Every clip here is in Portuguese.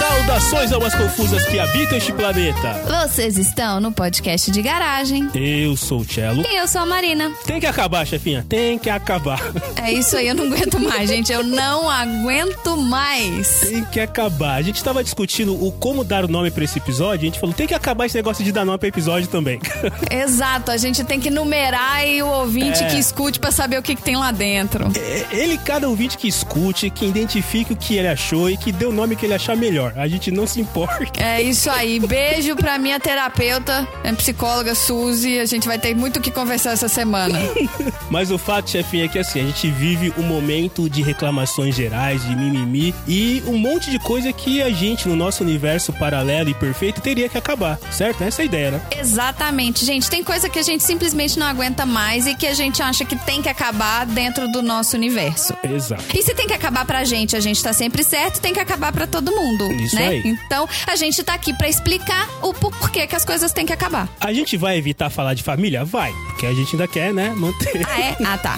Saudações almas confusas que habitam este planeta. Vocês estão no podcast de garagem. Eu sou o Cello. E eu sou a Marina. Tem que acabar, chefinha. Tem que acabar. É isso aí, eu não aguento mais, gente. Eu não aguento mais. Tem que acabar. A gente tava discutindo o como dar o nome pra esse episódio. A gente falou, tem que acabar esse negócio de dar nome pra episódio também. Exato, a gente tem que numerar e o ouvinte É. que escute pra saber o que, que tem lá dentro. É, Ele, cada ouvinte que escute, que identifique o que ele achou e que dê o nome que ele achar melhor. A gente não se importa. É isso aí. Beijo pra minha terapeuta, minha psicóloga Suzy. A gente vai ter muito o que conversar essa semana. Mas o fato, chefinha, é que assim, a gente vive um momento de reclamações gerais, de mimimi e um monte de coisa que a gente, no nosso universo paralelo e perfeito, teria que acabar, certo? Essa é a ideia, né? Exatamente, gente. Tem coisa que a gente simplesmente não aguenta mais e que a gente acha que tem que acabar dentro do nosso universo. Exato. E se tem que acabar pra gente, a gente tá sempre certo, tem que acabar pra todo mundo, Isso né? aí. Então, a gente tá aqui pra explicar o porquê que as coisas têm que acabar. A gente vai evitar falar de família? Vai, porque a gente ainda quer, né, manter. Ah, é? Ah, tá.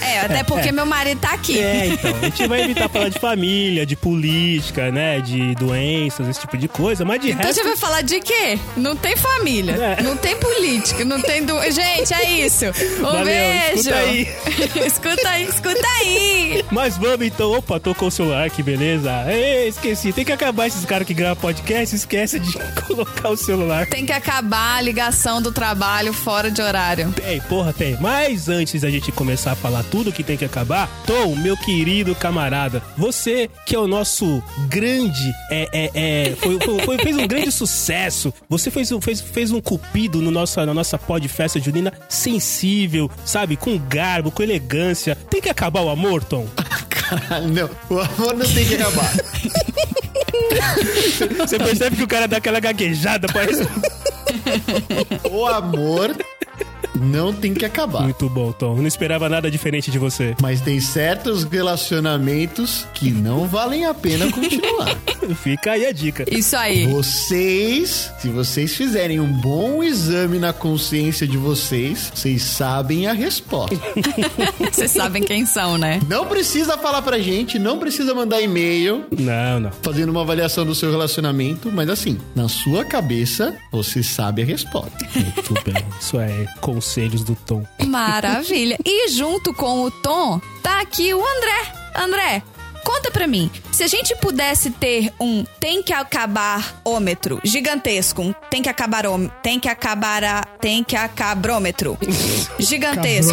É, até porque meu marido tá aqui. É, então, a gente vai evitar falar de família, de política, né, de doenças, esse tipo de coisa, mas de Então a resto... gente vai falar de quê? Não tem família, É. não tem política, não tem do... Gente, é isso. Um Valeu, beijo. escuta aí. escuta aí, escuta aí. Mas vamos então, opa, tô com o celular, que beleza. Ei, esqueci, tem que acabar esses caras que gravam podcast, esquece de colocar o celular. Tem que acabar a ligação do trabalho fora de horário. Tem, porra, tem. Mas antes da gente começar a falar tudo que tem que acabar, Tom, meu querido camarada, você que é o nosso grande. É, é, é, foi, foi- foi- fez um grande sucesso. Você fez, um- fez, fez um cupido no nosso, na nossa pod festa junina sensível, sabe? Com garbo, com elegância. Tem que acabar o amor, Tom? Caralho, não. O amor não tem que acabar. Você percebe que o cara dá aquela gaguejada, parece. O amor não tem que acabar. Muito bom, Tom. Não esperava nada diferente de você. Mas tem certos relacionamentos que não valem a pena continuar. Fica aí a dica. Isso aí. Vocês, se vocês fizerem um bom exame na consciência de vocês, vocês sabem a resposta. Vocês sabem quem são, né? Não precisa falar pra gente, não precisa mandar e-mail Não, não. fazendo uma avaliação do seu relacionamento, mas assim, na sua cabeça, você sabe a resposta. Muito bem. Isso é conselhos do Tom. Maravilha. E junto com o Tom, tá aqui o André. André, conta pra mim. Se a gente pudesse ter um tem que acabar ômetro gigantesco, um tem que acabar ôme- tem que acabar a, tem que acabrômetro gigantesco.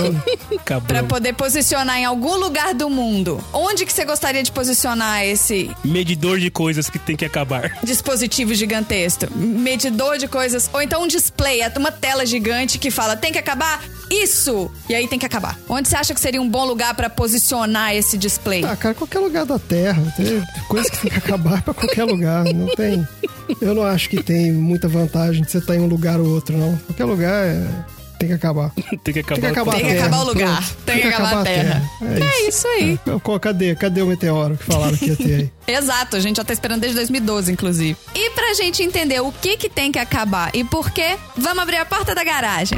Acabou. Pra poder posicionar em algum lugar do mundo. Onde que você gostaria de posicionar esse Medidor de coisas que tem que acabar. dispositivo gigantesco, medidor de coisas, ou então um display, uma tela gigante que fala tem que acabar isso e aí tem que acabar. Onde você acha que seria um bom lugar pra posicionar esse display? Ah, cara, qualquer lugar da Terra. Tem coisa que tem que acabar pra qualquer lugar. Não tem. Eu não acho que tem muita vantagem de você estar em um lugar ou outro, não. Qualquer lugar é- tem que acabar. Tem que acabar. Tem que acabar, Tem que a terra, acabar o lugar. pronto. Tem que acabar a terra. É isso aí. Qual- Cadê? Cadê o meteoro que falaram que ia ter aí? Exato, a gente já tá esperando desde 2012, inclusive. E pra gente entender o que que tem que acabar e por quê, vamos abrir a porta da garagem.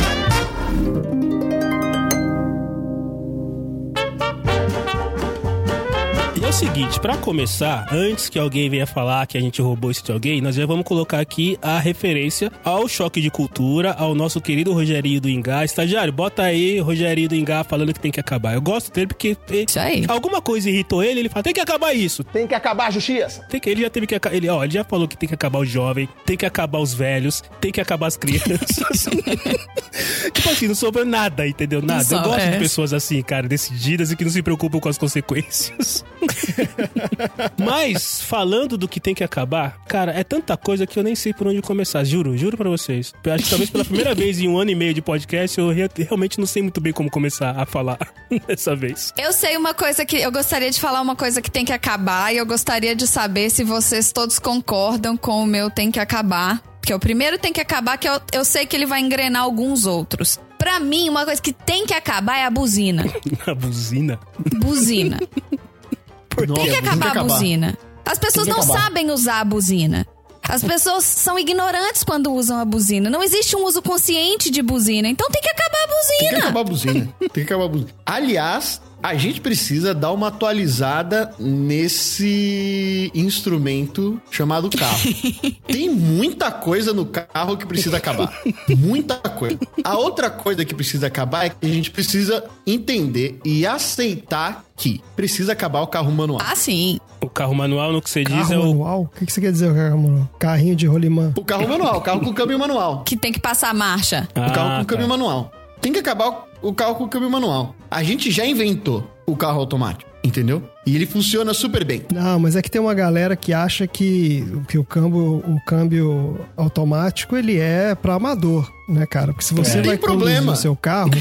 E é o seguinte, pra começar, antes que alguém venha falar que a gente roubou isso de alguém, nós já vamos colocar aqui a referência ao choque de cultura, ao nosso querido Rogerinho do Ingá. Estagiário, bota aí Rogerinho do Ingá falando que tem que acabar. Eu gosto dele porque ele- Isso aí. alguma coisa irritou ele, ele fala, tem que acabar isso. Tem que acabar a justiça. Tem que, ele já teve que aca- ele, ó, ele já falou que tem que acabar o jovem, tem que acabar os velhos, tem que acabar as crianças. tipo assim, não sobrou nada, entendeu? Nada. Não Eu gosto sobra, é. de pessoas assim, cara, decididas e que não se preocupam com as consequências. Mas falando do que tem que acabar, cara, é tanta coisa que eu nem sei por onde começar. Juro, juro pra vocês. Eu acho que talvez pela primeira vez em um ano e meio de podcast, eu re- realmente não sei muito bem como começar a falar dessa vez. Eu sei uma coisa que. Eu gostaria de falar uma coisa que tem que acabar e eu gostaria de saber se vocês todos concordam com o meu tem que acabar. Porque o primeiro tem que acabar, que eu, eu sei que ele vai engrenar alguns outros. Pra mim, uma coisa que tem que acabar é a buzina. A buzina. Buzina. Nossa, é, tem que acabar a buzina. As pessoas Tem não que acabar. sabem usar a buzina. As pessoas são ignorantes quando usam a buzina. Não existe um uso consciente de buzina. Então tem que acabar a Tem que buzina. acabar a buzina. Tem que acabar a buzina. Aliás, a gente precisa dar uma atualizada nesse instrumento chamado carro. Tem muita coisa no carro que precisa acabar. Muita coisa. A outra coisa que precisa acabar é que a gente precisa entender e aceitar que precisa acabar o carro manual. Ah, sim. O carro manual, no que você diz, Carro é o. manual? Ah, O que, que você quer dizer, carro manual? Carrinho de rolimã. O carro manual, o carro com câmbio manual. Que tem que passar a marcha. O carro Ah, com tá. câmbio manual. Tem que acabar o o carro com câmbio manual. A gente já inventou o carro automático, entendeu? E ele funciona super bem. Não, mas é que tem uma galera que acha que, que o câmbio, o câmbio automático ele é pra amador, né, cara? Porque se você Não tem vai conduzir problema. o seu carro,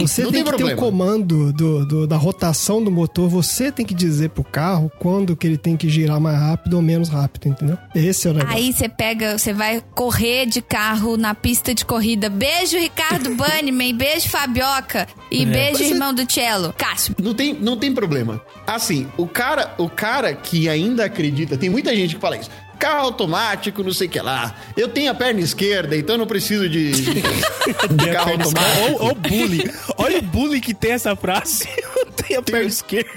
você Não tem, tem que problema. ter o comando do, do- da rotação do motor, você tem que dizer pro carro quando que ele tem que girar mais rápido ou menos rápido, entendeu? Esse é o negócio. Aí você pega, você vai correr de carro na pista de corrida. Beijo, Ricardo Banniman. Beijo, Fabioca. E beijo, É. Mas irmão do Cello. Cássio. Não tem, não tem problema. Assim, o cara, o cara que ainda acredita, tem muita gente que fala isso. Carro automático, não sei o que lá. Eu tenho a perna esquerda, então eu não preciso de, de carro automático. Ou, ou bullying. Olha o bullying que tem essa frase. Eu tenho a perna esquerda.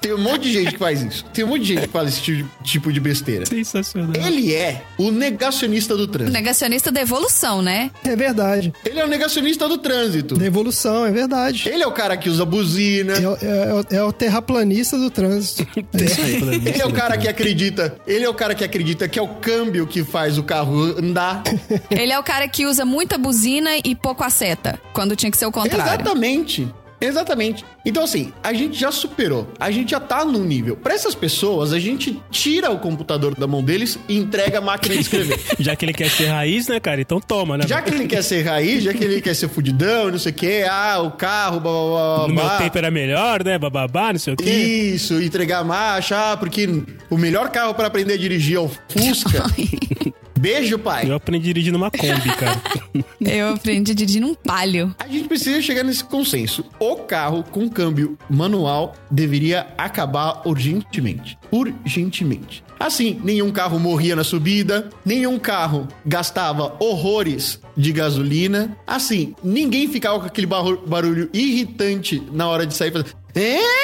Tem um monte de gente que faz isso. Tem um monte de gente que fala esse tipo, tipo de besteira. Sensacional. Ele é o negacionista do O trânsito. negacionista da evolução, né? É verdade. Ele é o negacionista do trânsito. Da evolução, é verdade. Ele é o cara que usa buzina. É, o- é o- é o terraplanista do trânsito. É isso aí. Ele é o cara que acredita. Ele é o cara que acredita que é o câmbio que faz o carro andar. Ele é o cara que usa muita buzina e pouco a seta. Quando tinha que ser o contrário. Exatamente. Exatamente. Então, assim, a gente já superou. A gente já tá num nível. Pra essas pessoas, a gente tira o computador da mão deles e entrega a máquina de escrever. Já que ele quer ser raiz, né, cara? Então toma, né? já mano? que ele quer ser raiz, já que ele quer ser fudidão, não sei o quê, ah, o carro, blá blá blá No blá. meu blá. tempo era melhor, né? Bababá, não sei o quê. Isso, entregar a marcha, ah, porque o melhor carro pra aprender a dirigir é o Fusca. Beijo, pai. Eu aprendi a dirigir numa Kombi, cara. Eu aprendi a dirigir num palio. A gente precisa chegar nesse consenso. O carro com câmbio manual deveria acabar urgentemente. Urgentemente. Assim, nenhum carro morria na subida, nenhum carro gastava horrores de gasolina. Assim, ninguém ficava com aquele barru- barulho irritante na hora de sair fazendo.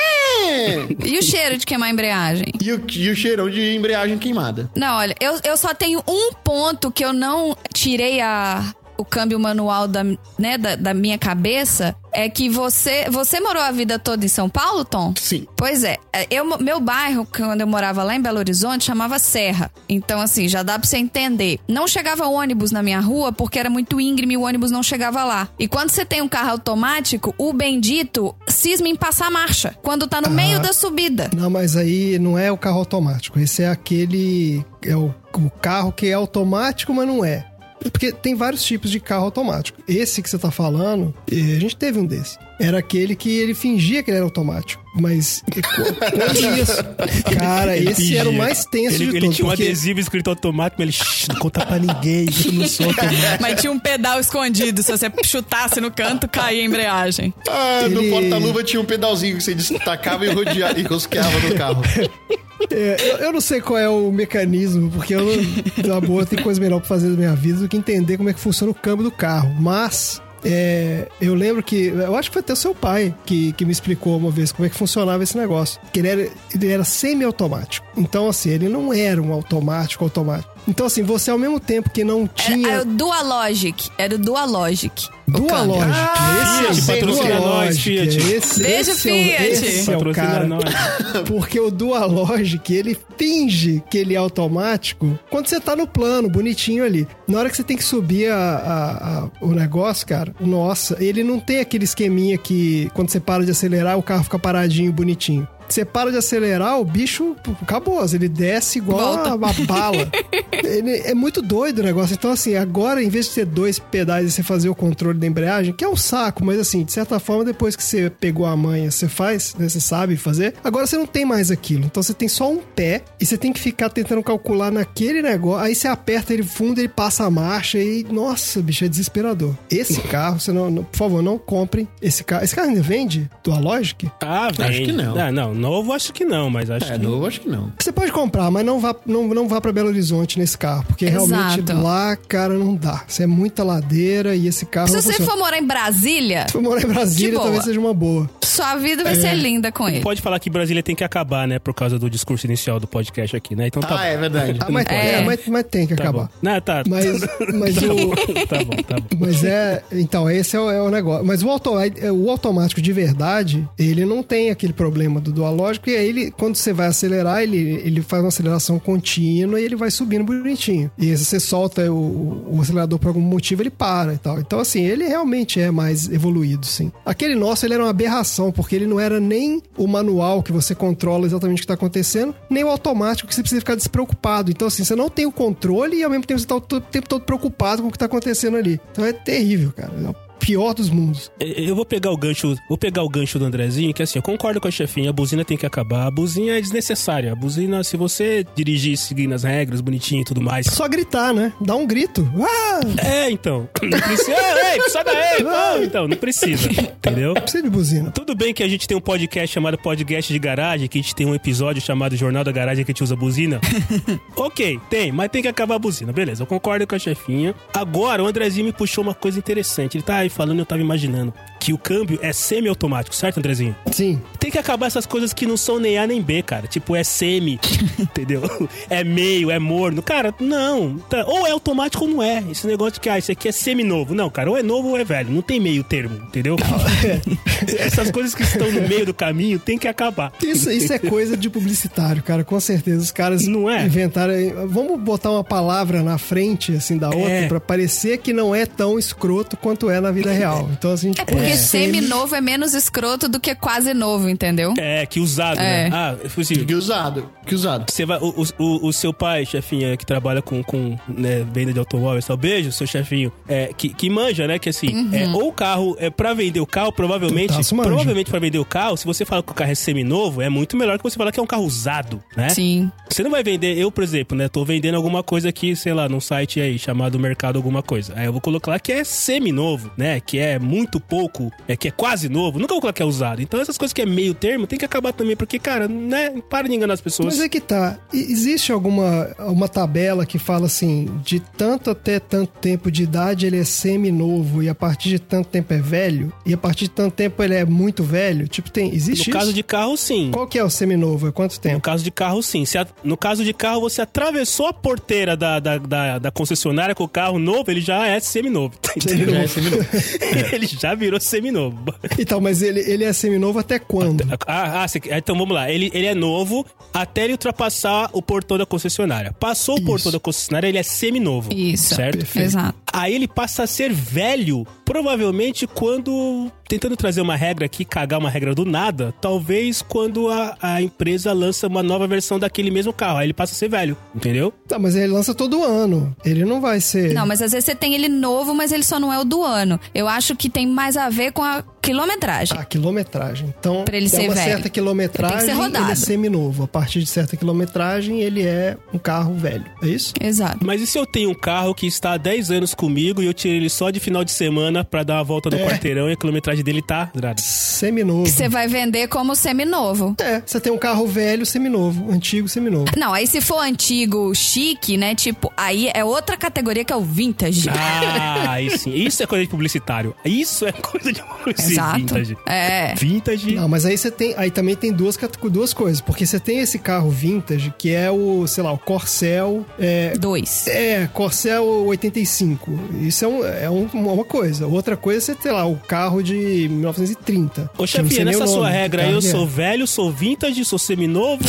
"É!" E o cheiro de queimar a embreagem? E o, e o cheirão de embreagem queimada. Não, olha, eu, eu só tenho um ponto que eu não tirei a, o câmbio manual da, né, da, da minha cabeça. É que você, você morou a vida toda em São Paulo, Tom? Sim. Pois é, É, eu, meu bairro, quando eu morava lá em Belo Horizonte, chamava Serra. Então, assim, já dá pra você entender. Não chegava ônibus na minha rua porque era muito íngreme e o ônibus não chegava lá. E quando você tem um carro automático, o bendito cisma em passar marcha. Quando tá no meio da subida. Não, mas aí não é o carro automático. Esse é aquele. É o, o carro que é automático, mas não é. Porque tem vários tipos de carro automático. Esse que você tá falando, eh, a gente teve um desse. Era aquele que ele fingia que ele era automático. Mas. Quanto isso? Cara, Ele esse era o fingia. mais ele, tenso de Ele todos. tinha um porque- adesivo escrito automático, mas ele... "Shh, Não conta pra ninguém, eu não sou automático. Mas tinha um pedal escondido. Se você chutasse no canto, caía a embreagem. Ah, no Ele- porta-luva tinha um pedalzinho que você destacava e, rodeava, e rosqueava no carro. É, eu, eu não sei qual é o mecanismo, porque eu, não- na boa, tem coisa melhor pra fazer da minha vida do que entender como é que funciona o câmbio do carro. Mas. é, eu lembro que. Eu acho que foi até o seu pai que, que me explicou uma vez como é que funcionava esse negócio. Que ele era, ele era semi-automático. Então, assim, ele não era um automático automático. Então, assim, você ao mesmo tempo que É, não tinha. Era, era o Dualogic. Era o Dualogic. o câmbio. Dualogic. Ah, Fiat, esse é o patrocina nós, Dualogic. Fiat. Esse, Beijo, esse é o- Fiat. Esse é o Patrocina cara. nós. Porque o Dualogic, ele finge que ele é automático quando você tá no plano, bonitinho ali. Na hora que você tem que subir a- a- a- o negócio, cara, nossa, ele não tem aquele esqueminha que quando você para de acelerar, o carro fica paradinho, bonitinho. Você para de acelerar, o bicho pô, acabou. Ele desce igual Volta. a, uma bala. Ele- é muito doido o negócio. Então, assim, agora, em vez de ter dois pedais e você fazer o controle da embreagem, que é um saco, mas assim, de certa forma, depois que você pegou a manha, você faz, né, você sabe fazer, agora você não tem mais aquilo. Então você tem só um pé e você tem que ficar tentando calcular naquele negócio. Aí você aperta ele fundo, ele passa a marcha e. Nossa, bicho, é desesperador. Esse carro, você não, não- Por favor, não comprem esse carro. Esse carro ainda vende? Do Alogic? Ah, velho. Acho que não. Ah, não, novo acho que não, mas acho É, que. novo acho que não. Você pode comprar, mas não vá, não, não vá para Belo Horizonte nesse carro, porque realmente Exato. lá, cara, não dá. Isso é muita ladeira e esse carro. Se não você funciona. for morar em Brasília, Se for morar em De Brasília, boa. talvez seja uma boa. sua vida vai ser linda com ele. Pode falar que Brasília tem que acabar, né? Por causa do discurso inicial do podcast aqui, né? Então tá. Ah, é verdade. Ah, mas, É. é, mas- mas tem que Tá acabar. bom. Não, tá. Mas, mas tá, o. bom, tá bom, tá bom. Mas é. Então, esse é o, é o negócio. Mas o, auto, é, o automático de verdade, ele não tem aquele problema do dual lógico. E aí, é ele, quando você vai acelerar, ele, ele faz uma aceleração contínua e ele vai subindo bonitinho. E se você solta o, o acelerador por algum motivo, ele para e tal. Então, assim, ele realmente é mais evoluído, sim. Aquele nosso, ele era uma aberração, porque ele não era nem o manual que você controla exatamente o que está acontecendo, nem o automático que você precisa ficar despreocupado. Então, assim, você não tem o controle e ao mesmo tempo você tá o to- tempo todo preocupado com o que tá acontecendo ali. Então é terrível, cara. É o pior dos mundos. Eu vou pegar o gancho, vou pegar o gancho do Andrezinho, que assim, eu concordo com a chefinha, a buzina tem que acabar. A buzina é desnecessária. A buzina, se você dirigir seguindo as regras, bonitinho e tudo mais. Só gritar, né? Dá um grito. Ah! Não É, então. Não precisa. Ei, ei, sai daí! Não, então, não precisa. Entendeu? precisa de buzina. Tudo bem que a gente tem um podcast chamado Podcast de Garagem, que a gente tem um episódio chamado Jornal da Garagem que a gente usa buzina. ok, tem, mas tem que acabar a buzina. Beleza, eu concordo com a chefinha. Agora, o Andrezinho me puxou uma coisa interessante. Ele tá aí falando e eu tava imaginando que o câmbio é semi-automático, certo, Andrezinho? Sim. Tem que acabar essas coisas que não são nem A nem B, cara. Tipo, é semi, entendeu? É meio, é morno. Cara, não. Tá- Ou é automático ou não é. Esse negócio de que, ah, isso aqui é semi-novo. Não, cara, ou é novo ou é velho. Não tem meio termo, entendeu? essas coisas que estão no meio do caminho tem que acabar. Isso, isso é coisa de publicitário, cara, com certeza. Os caras Não é? inventaram. Vamos botar uma palavra na frente, assim, da outra, É. pra parecer que não é tão escroto quanto é na vida real. Então, assim, a gente É porque põe semi-novo é menos escroto do que quase novo, entendeu? É, que usado, É. né? Ah, é possível. Que usado. Que usado. Você vai, o, o- o seu pai, chefinha, que trabalha com, com né, venda de automóveis, tal, beijo, seu chefinho, é, que, que manja, né? Que assim, é, ou o carro, é pra vender o carro, provavelmente, Putaço manja. provavelmente pra vender o carro, se você fala que o carro é seminovo, é muito melhor que você falar que é um carro usado, né? Sim. Você não vai vender, eu, por exemplo, né? Tô vendendo alguma coisa aqui, sei lá, num site aí chamado Mercado Alguma Coisa. Aí eu vou colocar lá que é semi-novo, né? Que é muito pouco, é que é quase novo. Nunca vou colocar que é usado. Então essas coisas que é meio termo tem que acabar também, porque, cara, né? Para de enganar as pessoas. Mas é que tá. E- Existe alguma uma tabela que fala assim, de tanto até tanto tempo de idade ele é semi-novo e a partir de tanto tempo é velho? E a partir de tanto tempo ele é muito velho? Tipo, tem. No Existe caso isso? de carro, sim. Qual que é o semi-novo? É quanto No tempo? caso de carro, sim. Se a- no caso de carro, você atravessou a porteira da, da, da, da concessionária com o carro novo, ele já é seminovo. Ele já Entendeu? é seminovo. ele já virou seminovo. Então, mas ele, ele é semi-novo até quando? Ah, ah, você- então vamos lá. Ele, ele é novo até ele ultrapassar o portão da concessionária. Passou o portão da concessionária, ele é seminovo. Isso. Certo? Exato. Aí ele passa a ser velho, provavelmente quando. Tentando trazer uma regra aqui, cagar uma regra do nada, talvez quando a, a empresa lança uma nova versão daquele mesmo carro. Aí ele passa a ser velho, entendeu? Tá, mas ele lança todo ano. Ele não vai ser. Não, mas às vezes você tem ele novo, mas ele só não é o do ano. Eu acho que tem mais a ver com a quilometragem. A quilometragem. Então, Pra ele é ser uma velho. certa quilometragem, Ele tem que ser rodado. ele é semi-novo. A partir de certa quilometragem, ele é um carro velho. É isso? Exato. Mas e se eu tenho um carro que está há 10 anos comigo e eu tiro ele só de final de semana pra dar uma volta É. no quarteirão e a quilometragem dele tá zerada? Semi-novo. Que você vai vender como seminovo. É, você tem um carro velho, seminovo, antigo, seminovo. Não, aí se for antigo, chique, né? Tipo, aí é outra categoria que é o vintage. Ah, aí sim. Isso é coisa de publicitário. Isso é coisa de publicitário. Exato. Vintage. É. Vintage. Não, mas aí você tem, aí também tem duas cate- duas coisas, porque você tem esse carro vintage que é o, sei lá, o Corcel, é, Dois. é Corcel 85. Isso é, um- é um- uma coisa. Outra coisa, é você tem lá o carro de 1930. Ô, que eu não sei chefinha, nem o nessa nome sua do regra aí, carro eu que é. sou velho, sou vintage, sou seminovo.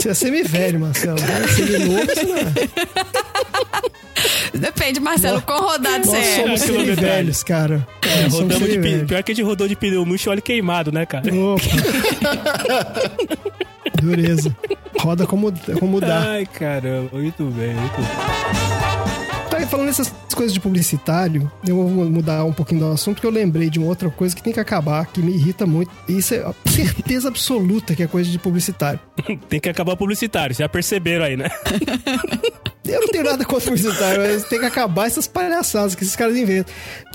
Você é semi-velho, Marcelo. né? Seminovo, você não é. Depende, Marcelo, com rodado você Nós É, é. somos quilometragem. semi-velhos, cara. É, somos Rodamos de pneu. semi-velhos. Pior que a gente rodou de pneu murcho e óleo queimado, né, cara? Opa. Dureza. Roda como, como dá. Ai, caramba, muito bem, muito bem. Tá, e falando essas coisas de publicitário, eu vou mudar um pouquinho do assunto, porque eu lembrei de uma outra coisa que tem que acabar, que me irrita muito. E isso é a certeza absoluta que é coisa de publicitário. Tem que acabar publicitário, já perceberam aí, né? Eu não tenho nada contra o Wizard Time, mas tem que acabar essas palhaçadas que esses caras inventam.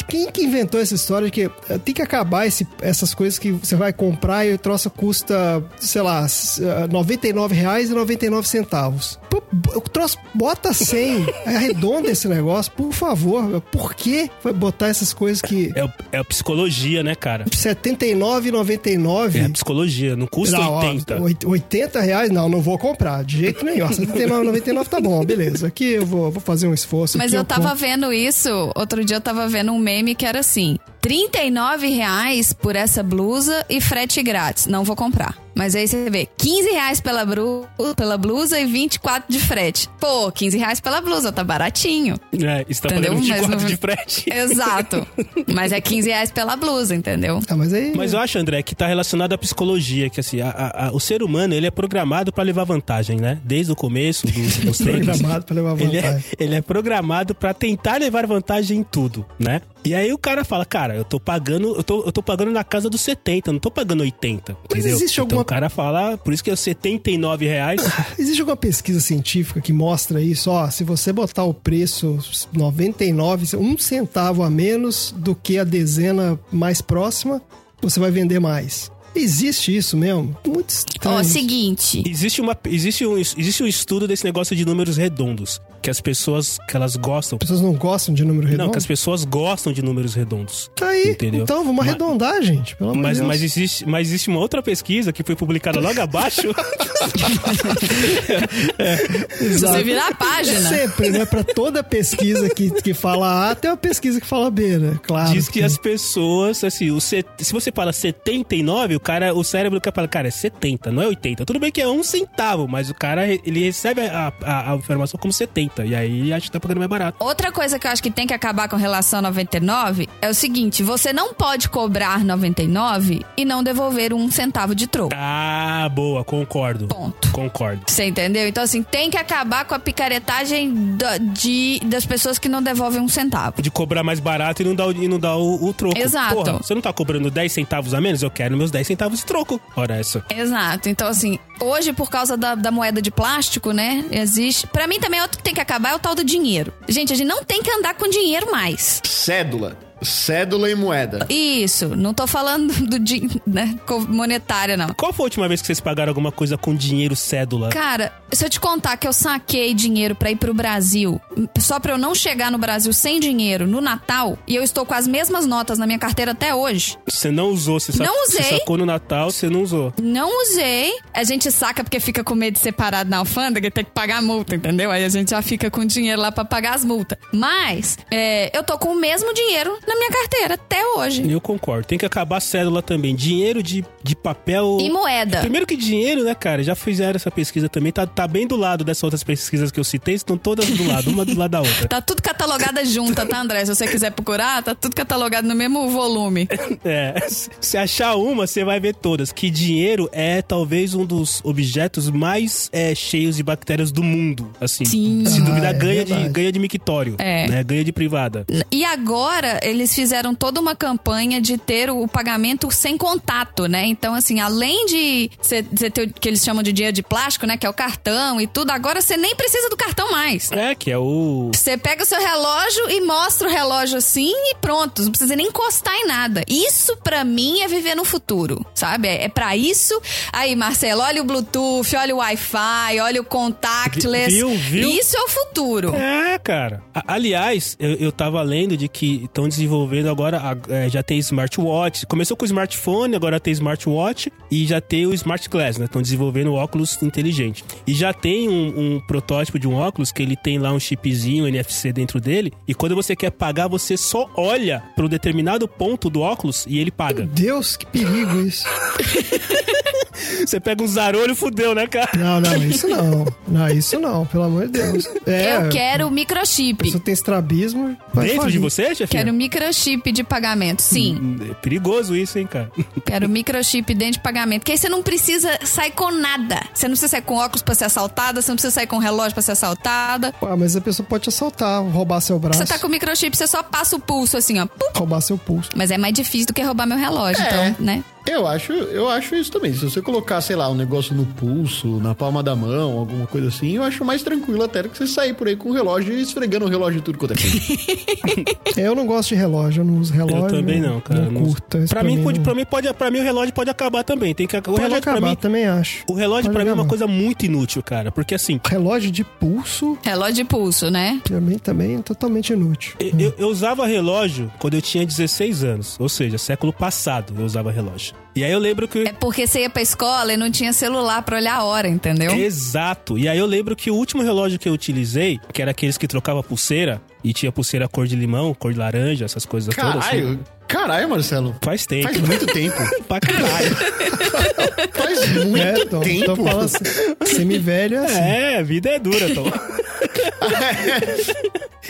Quem que inventou essa história de que eh, tem que acabar esse- essas coisas que você vai comprar e o troço custa, sei lá, s- ah, R$ 99,99? Pô, b- O troço bota 100, arredonda esse negócio, por favor. Por que vai botar essas coisas que É, o- é a psicologia, né, cara? R$ 79,99? É a psicologia, não custa Não, ó, 80. oit- 80 reais? Não, não vou comprar, de jeito nenhum. Ó, 79,99 tá bom, beleza. Aqui eu vou, vou fazer um esforço. Mas aqui eu tava compro. vendo isso, outro dia eu tava vendo um meme que era assim: 39 reais por essa blusa e frete grátis. Não vou comprar. Mas aí você vê, 15 reais pela, bru- pela blusa e 24 de frete. Pô, 15 reais pela blusa, tá baratinho. É, está Entendeu? pagando 24 Mas não- de frete. Exato. Mas é 15 reais pela blusa, entendeu? Ah, mas aí. Mas eu acho, André, que tá relacionado à psicologia, que assim, a- a- a- o ser humano ele é programado pra levar vantagem, né? Desde o começo dos, dos tempos. Programado pra levar Ele é, vantagem. ele é programado pra tentar levar vantagem em tudo, né? E aí o cara fala, cara, eu tô pagando, eu tô, eu tô pagando na casa dos 70, eu não tô pagando 80. Mas entendeu? existe então alguma- o cara fala, por isso que é 79 reais. Existe alguma pesquisa científica que mostra isso? Ó, se você botar o preço 99, um centavo a menos do que a dezena mais próxima, você vai vender mais. Existe isso mesmo? Muito estranho. Ó, isso. seguinte. Existe, uma, existe, um, existe um estudo desse negócio de números redondos, que as pessoas que elas gostam. As pessoas não gostam de número redondo? Não, que as pessoas gostam de números redondos. Tá aí. Entendeu? Então, vamos Mas- arredondar, gente. Pelo amor de Mas, Deus. mas, existe, mas existe uma outra pesquisa que foi publicada logo abaixo. Exato. Você virar a página. Sempre, né? Pra toda pesquisa que, que fala A, tem uma pesquisa que fala B, né? Claro. diz que as pessoas, assim, o set- se você fala 79, o cara, o cérebro quer falar, cara, é 70, não é 80. Tudo bem que é um centavo, mas o cara, ele recebe a, a- a informação como 70. E aí ele acha que tá pagando mais barato. Outra coisa que eu acho que tem que acabar com relação a 99 é o seguinte: você não pode cobrar 99 e não devolver um centavo de troco. Ah, boa, concordo. Ponto. Concordo. Você entendeu? Então, assim, tem que acabar com a picaretagem da- de, das pessoas que não devolvem um centavo. De cobrar mais barato e não dar, o- e não dar o, o troco. Exato. Porra, você não tá cobrando 10 centavos a menos? Eu quero meus 10 centavos de troco. Ora, essa. Exato. Então, assim, hoje, por causa da, da moeda de plástico, né? Existe. Pra mim também, outro que tem que acabar é o tal do dinheiro. Gente, a gente não tem que andar com dinheiro mais. Cédula. Cédula e moeda. Isso. Não tô falando do dinheiro, né? co- Monetária, não. Qual foi a última vez que vocês pagaram alguma coisa com dinheiro cédula? Cara, se eu te contar que eu saquei dinheiro pra ir pro Brasil, só pra eu não chegar no Brasil sem dinheiro no Natal, e eu estou com as mesmas notas na minha carteira até hoje, Você não usou, você, sa- Não você usei. sacou no Natal, você não usou. não usei. A gente saca porque fica com medo de ser parado na alfândega e ter que pagar a multa, entendeu? Aí a gente já fica com dinheiro lá pra pagar as multas. Mas, é, eu tô com o mesmo dinheiro na minha carteira até hoje. Eu concordo. Tem que acabar a cédula também. Dinheiro de, de papel. E moeda. Primeiro que dinheiro, né, cara? Já fizeram essa pesquisa também. Tá, tá bem do lado dessas outras pesquisas que eu citei. Estão todas do lado, uma do lado da outra. Tá tudo catalogada junta, tá, André? Se você quiser procurar, tá tudo catalogado no mesmo volume. É, se se achar uma, você vai ver todas. Que dinheiro é talvez um dos objetos mais é, cheios de bactérias do mundo. Assim, Sim. se duvidar, Ah, é ganha, de, verdade. ganha de mictório. É. Né? Ganha de privada. E agora eles fizeram toda uma campanha de ter o pagamento sem contato, né? Então, assim, além de você você ter o que eles chamam de dinheiro de plástico, né? Que é o cartão e tudo, agora você nem precisa do cartão mais. É, que é o. Você pega o seu relógio e mostra o relógio assim e pronto, não precisa nem encostar em nada. Isso pra mim é viver no futuro, sabe? É, é para isso. Aí, Marcelo, olha o Bluetooth, olha o Wi-Fi, olha o contactless. Viu, viu? Isso é o futuro. É, cara. A- aliás, eu, eu tava lendo de que estão desenvolvendo agora, a- é, já tem smartwatch. Começou com smartphone, agora tem smartwatch e já tem o smart glass, né? Estão desenvolvendo óculos inteligente. E já tem um, um protótipo de um óculos que ele tem lá um chipzinho NFC dentro dele. E quando você quer pagar, você só olha para um determinado ponto do óculos e ele paga. Deus, que perigo isso. Você pega um zarolho, fudeu, né, cara? Não, não, isso não. Não, isso não, pelo amor de Deus. É, Eu quero o a pessoa microchip. tem estrabismo. vai Dentro de falir. você, chefe? Quero microchip de pagamento, sim. É perigoso isso, hein, cara? Quero microchip dentro de pagamento. Que aí você não precisa sair com nada. Você não precisa sair com óculos pra ser assaltada, você não precisa sair com relógio pra ser assaltada. Ah, mas a pessoa pode te assaltar, roubar seu braço, Você tá com microchip, você só passa o pulso assim, ó. Pum. roubar seu pulso. Mas é mais difícil do que roubar meu relógio, então, né? Eu acho, eu acho isso também. Se você colocar, sei lá, um negócio no pulso, na palma da mão, alguma coisa assim, eu acho mais tranquilo até do que você sair por aí com o relógio e esfregando o relógio e tudo quanto é. coisa. É, Eu não gosto de relógio, eu não uso Eu relógio. né? também não, cara. Não curto. Pra, isso mim, pode, não- pra mim pode, para mim o relógio pode acabar também. Tem que o pode relógio acabar, pra mim, também acho. o relógio Pode para mim é uma acabar. coisa muito inútil, cara, porque assim, Relógio de pulso, Relógio de pulso, né? pra mim também é totalmente inútil. eu- eu, eu usava relógio quando eu tinha 16 anos, ou seja, século passado eu usava relógio. E aí eu lembro que É porque você ia pra escola e não tinha celular pra olhar a hora, entendeu? Exato. E aí eu lembro que o último relógio que eu utilizei, que era aqueles que trocava pulseira, e tinha pulseira cor de limão, cor de laranja, essas coisas todas. assim. Caralho, caralho, Marcelo. Faz tempo. Faz muito tempo. pra caralho. Faz muito é, Tom, tempo. Tom fala assim, semi-velho é assim. É, a vida é dura, Tom.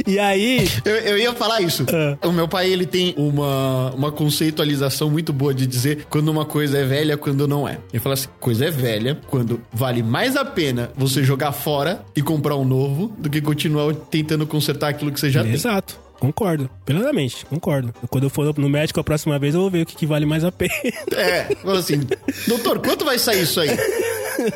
e aí, Eu, eu ia falar isso. Ah. O meu pai, ele tem uma, uma conceitualização muito boa de dizer quando uma coisa é velha, quando não é. Ele fala assim, coisa é velha quando vale mais a pena você jogar fora e comprar um novo do que continuar tentando consertar aquilo que você É. já tem. Exato. Concordo, plenamente, concordo. Quando eu for no médico a próxima vez, eu vou ver o que, que vale mais a pena. É, fala assim, doutor, quanto vai sair isso aí?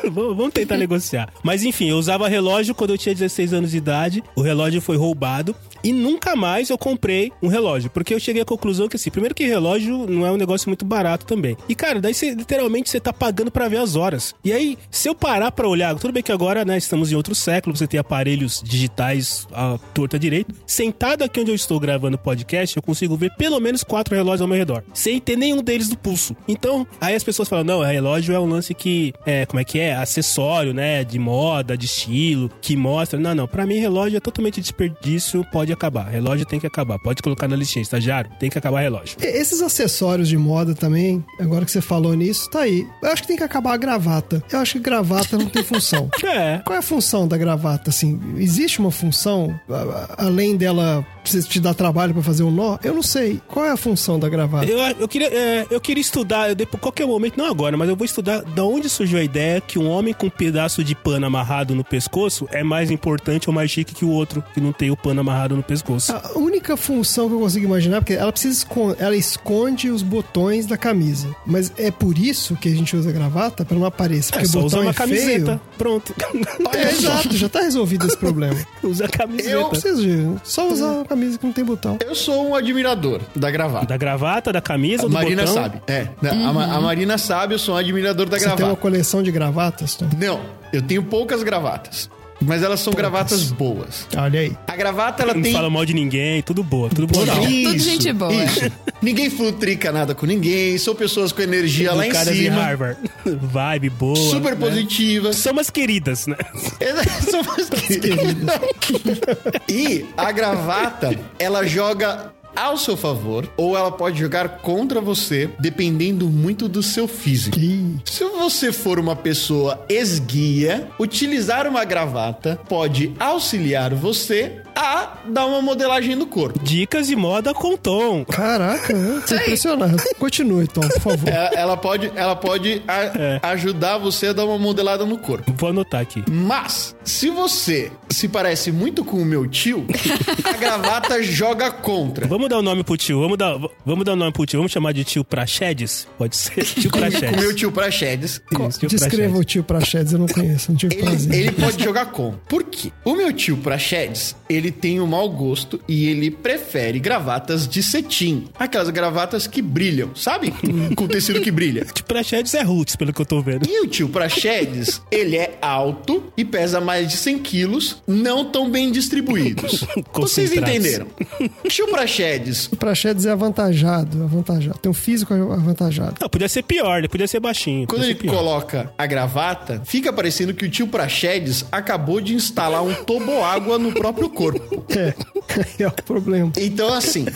Vamos vamos tentar negociar. Mas enfim, eu usava relógio quando eu tinha 16 anos de idade. O relógio foi roubado. E nunca mais eu comprei um relógio. Porque eu cheguei à conclusão que, assim, primeiro que relógio não é um negócio muito barato também. E, cara, daí você literalmente você tá pagando pra ver as horas. E aí, se eu parar pra olhar, tudo bem que agora, né, estamos em outro século, você tem aparelhos digitais à torta direito. Sentado aqui onde eu estou gravando o podcast, eu consigo ver pelo menos quatro relógios ao meu redor. Sem ter nenhum deles do pulso. Então, aí as pessoas falam: não, relógio é um lance que. É, como é que é? Acessório, né? De moda, de estilo, que mostra. Não, não. Pra mim, relógio é totalmente desperdício, pode acabar. Relógio tem que acabar. Pode colocar na listinha, estagiário, tem que acabar relógio. E- Esses acessórios de moda também, agora que você falou nisso, tá aí. Eu acho que tem que acabar a gravata. Eu acho que gravata não tem função. É. Qual é a função da gravata, assim? Existe uma função, a- a- além dela precisa te dar trabalho pra fazer um nó? Eu não sei. Qual é a função da gravata? Eu, eu, queria, é, eu queria estudar, eu dei por qualquer momento, não agora, mas eu vou estudar da onde surgiu a ideia que um homem com um pedaço de pano amarrado no pescoço é mais importante ou mais chique que o outro que não tem o pano amarrado no pescoço. Ah, A única função que eu consigo imaginar, porque ela precisa escon- ela esconde os botões da camisa. Mas é por isso que a gente usa gravata pra não aparecer, É porque só botão usar uma é camiseta. feio. Pronto. É, exato, já tá resolvido esse problema. Usa a Não camiseta. precisa de só usar uma camisa que não tem botão. Eu sou um admirador da gravata. Da gravata, da camisa, A do Marina botão. Uhum. sabe. É, né, a, Ma- a Marina sabe, eu sou um admirador da Você gravata. tem uma coleção de gravatas, Tom? Não, eu tenho poucas gravatas. Mas elas são gravatas boas. Olha aí. A gravata, ela Não tem... fala mal de ninguém, tudo boa, tudo boa. Não. Tudo gente boa. Isso. Ninguém futrica nada com ninguém, são pessoas com energia lá em Educadas em né? cima, Harvard. Vibe boa. super positivas. São umas queridas, né? É, são mais queridas. e a gravata, ela joga ao seu favor ou ela pode jogar contra você, dependendo muito do seu físico. Ih, Se você for uma pessoa esguia, utilizar uma gravata pode auxiliar você a dar uma modelagem no corpo. Dicas de moda com tom. Caraca, eu tô impressionado. Continue, Tom, por favor. Ela, ela pode, ela pode a- ajudar você a dar uma modelada no corpo. Vou anotar aqui. Mas, se você se parece muito com o meu tio, a gravata joga contra. Vamos dar o nome pro tio, vamos dar, vamos dar o nome pro tio, vamos chamar de tio Praxedes? Pode ser? Tio O meu Praxedes. tio Praxedes, Isso, tio Descreva o tio Praxedes, eu não conheço, não tive prazer. ele, ele pode jogar contra. Por quê? O meu tio Praxedes, ele tem um mau gosto e ele prefere gravatas de cetim. Aquelas gravatas que brilham, sabe? Com tecido que brilha. Tio Praxedes é roots, pelo que eu tô vendo. E o tio Praxedes, ele é alto e pesa mais de 100 quilos, não tão bem distribuídos. Vocês Concentrados. entenderam? Tio Praxedes, O Praxedes é avantajado, avantajado. Tem um físico avantajado. Não, podia ser pior, ele podia ser baixinho. quando podia ele ser pior. coloca a gravata, fica parecendo que o tio Praxedes acabou de instalar um toboágua no próprio corpo. É, é o problema. Então, assim,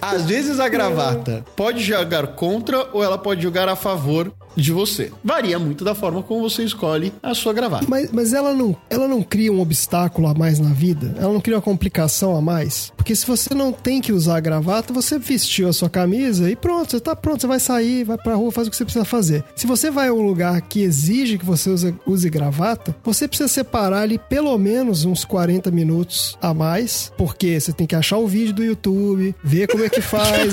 às vezes a gravata pode jogar contra ou ela pode jogar a favor de você. Varia muito da forma como você escolhe a sua gravata. Mas, mas ela, não, ela não cria um obstáculo a mais na vida? Ela não cria uma complicação a mais? Porque se você não tem que usar a gravata, você vestiu a sua camisa e pronto, você tá pronto, você vai sair, vai pra rua, faz o que você precisa fazer. Se você vai a um lugar que exige que você use, use gravata, você precisa separar ali pelo menos uns 40 minutos a mais, porque você tem que achar o vídeo do YouTube, ver como é que faz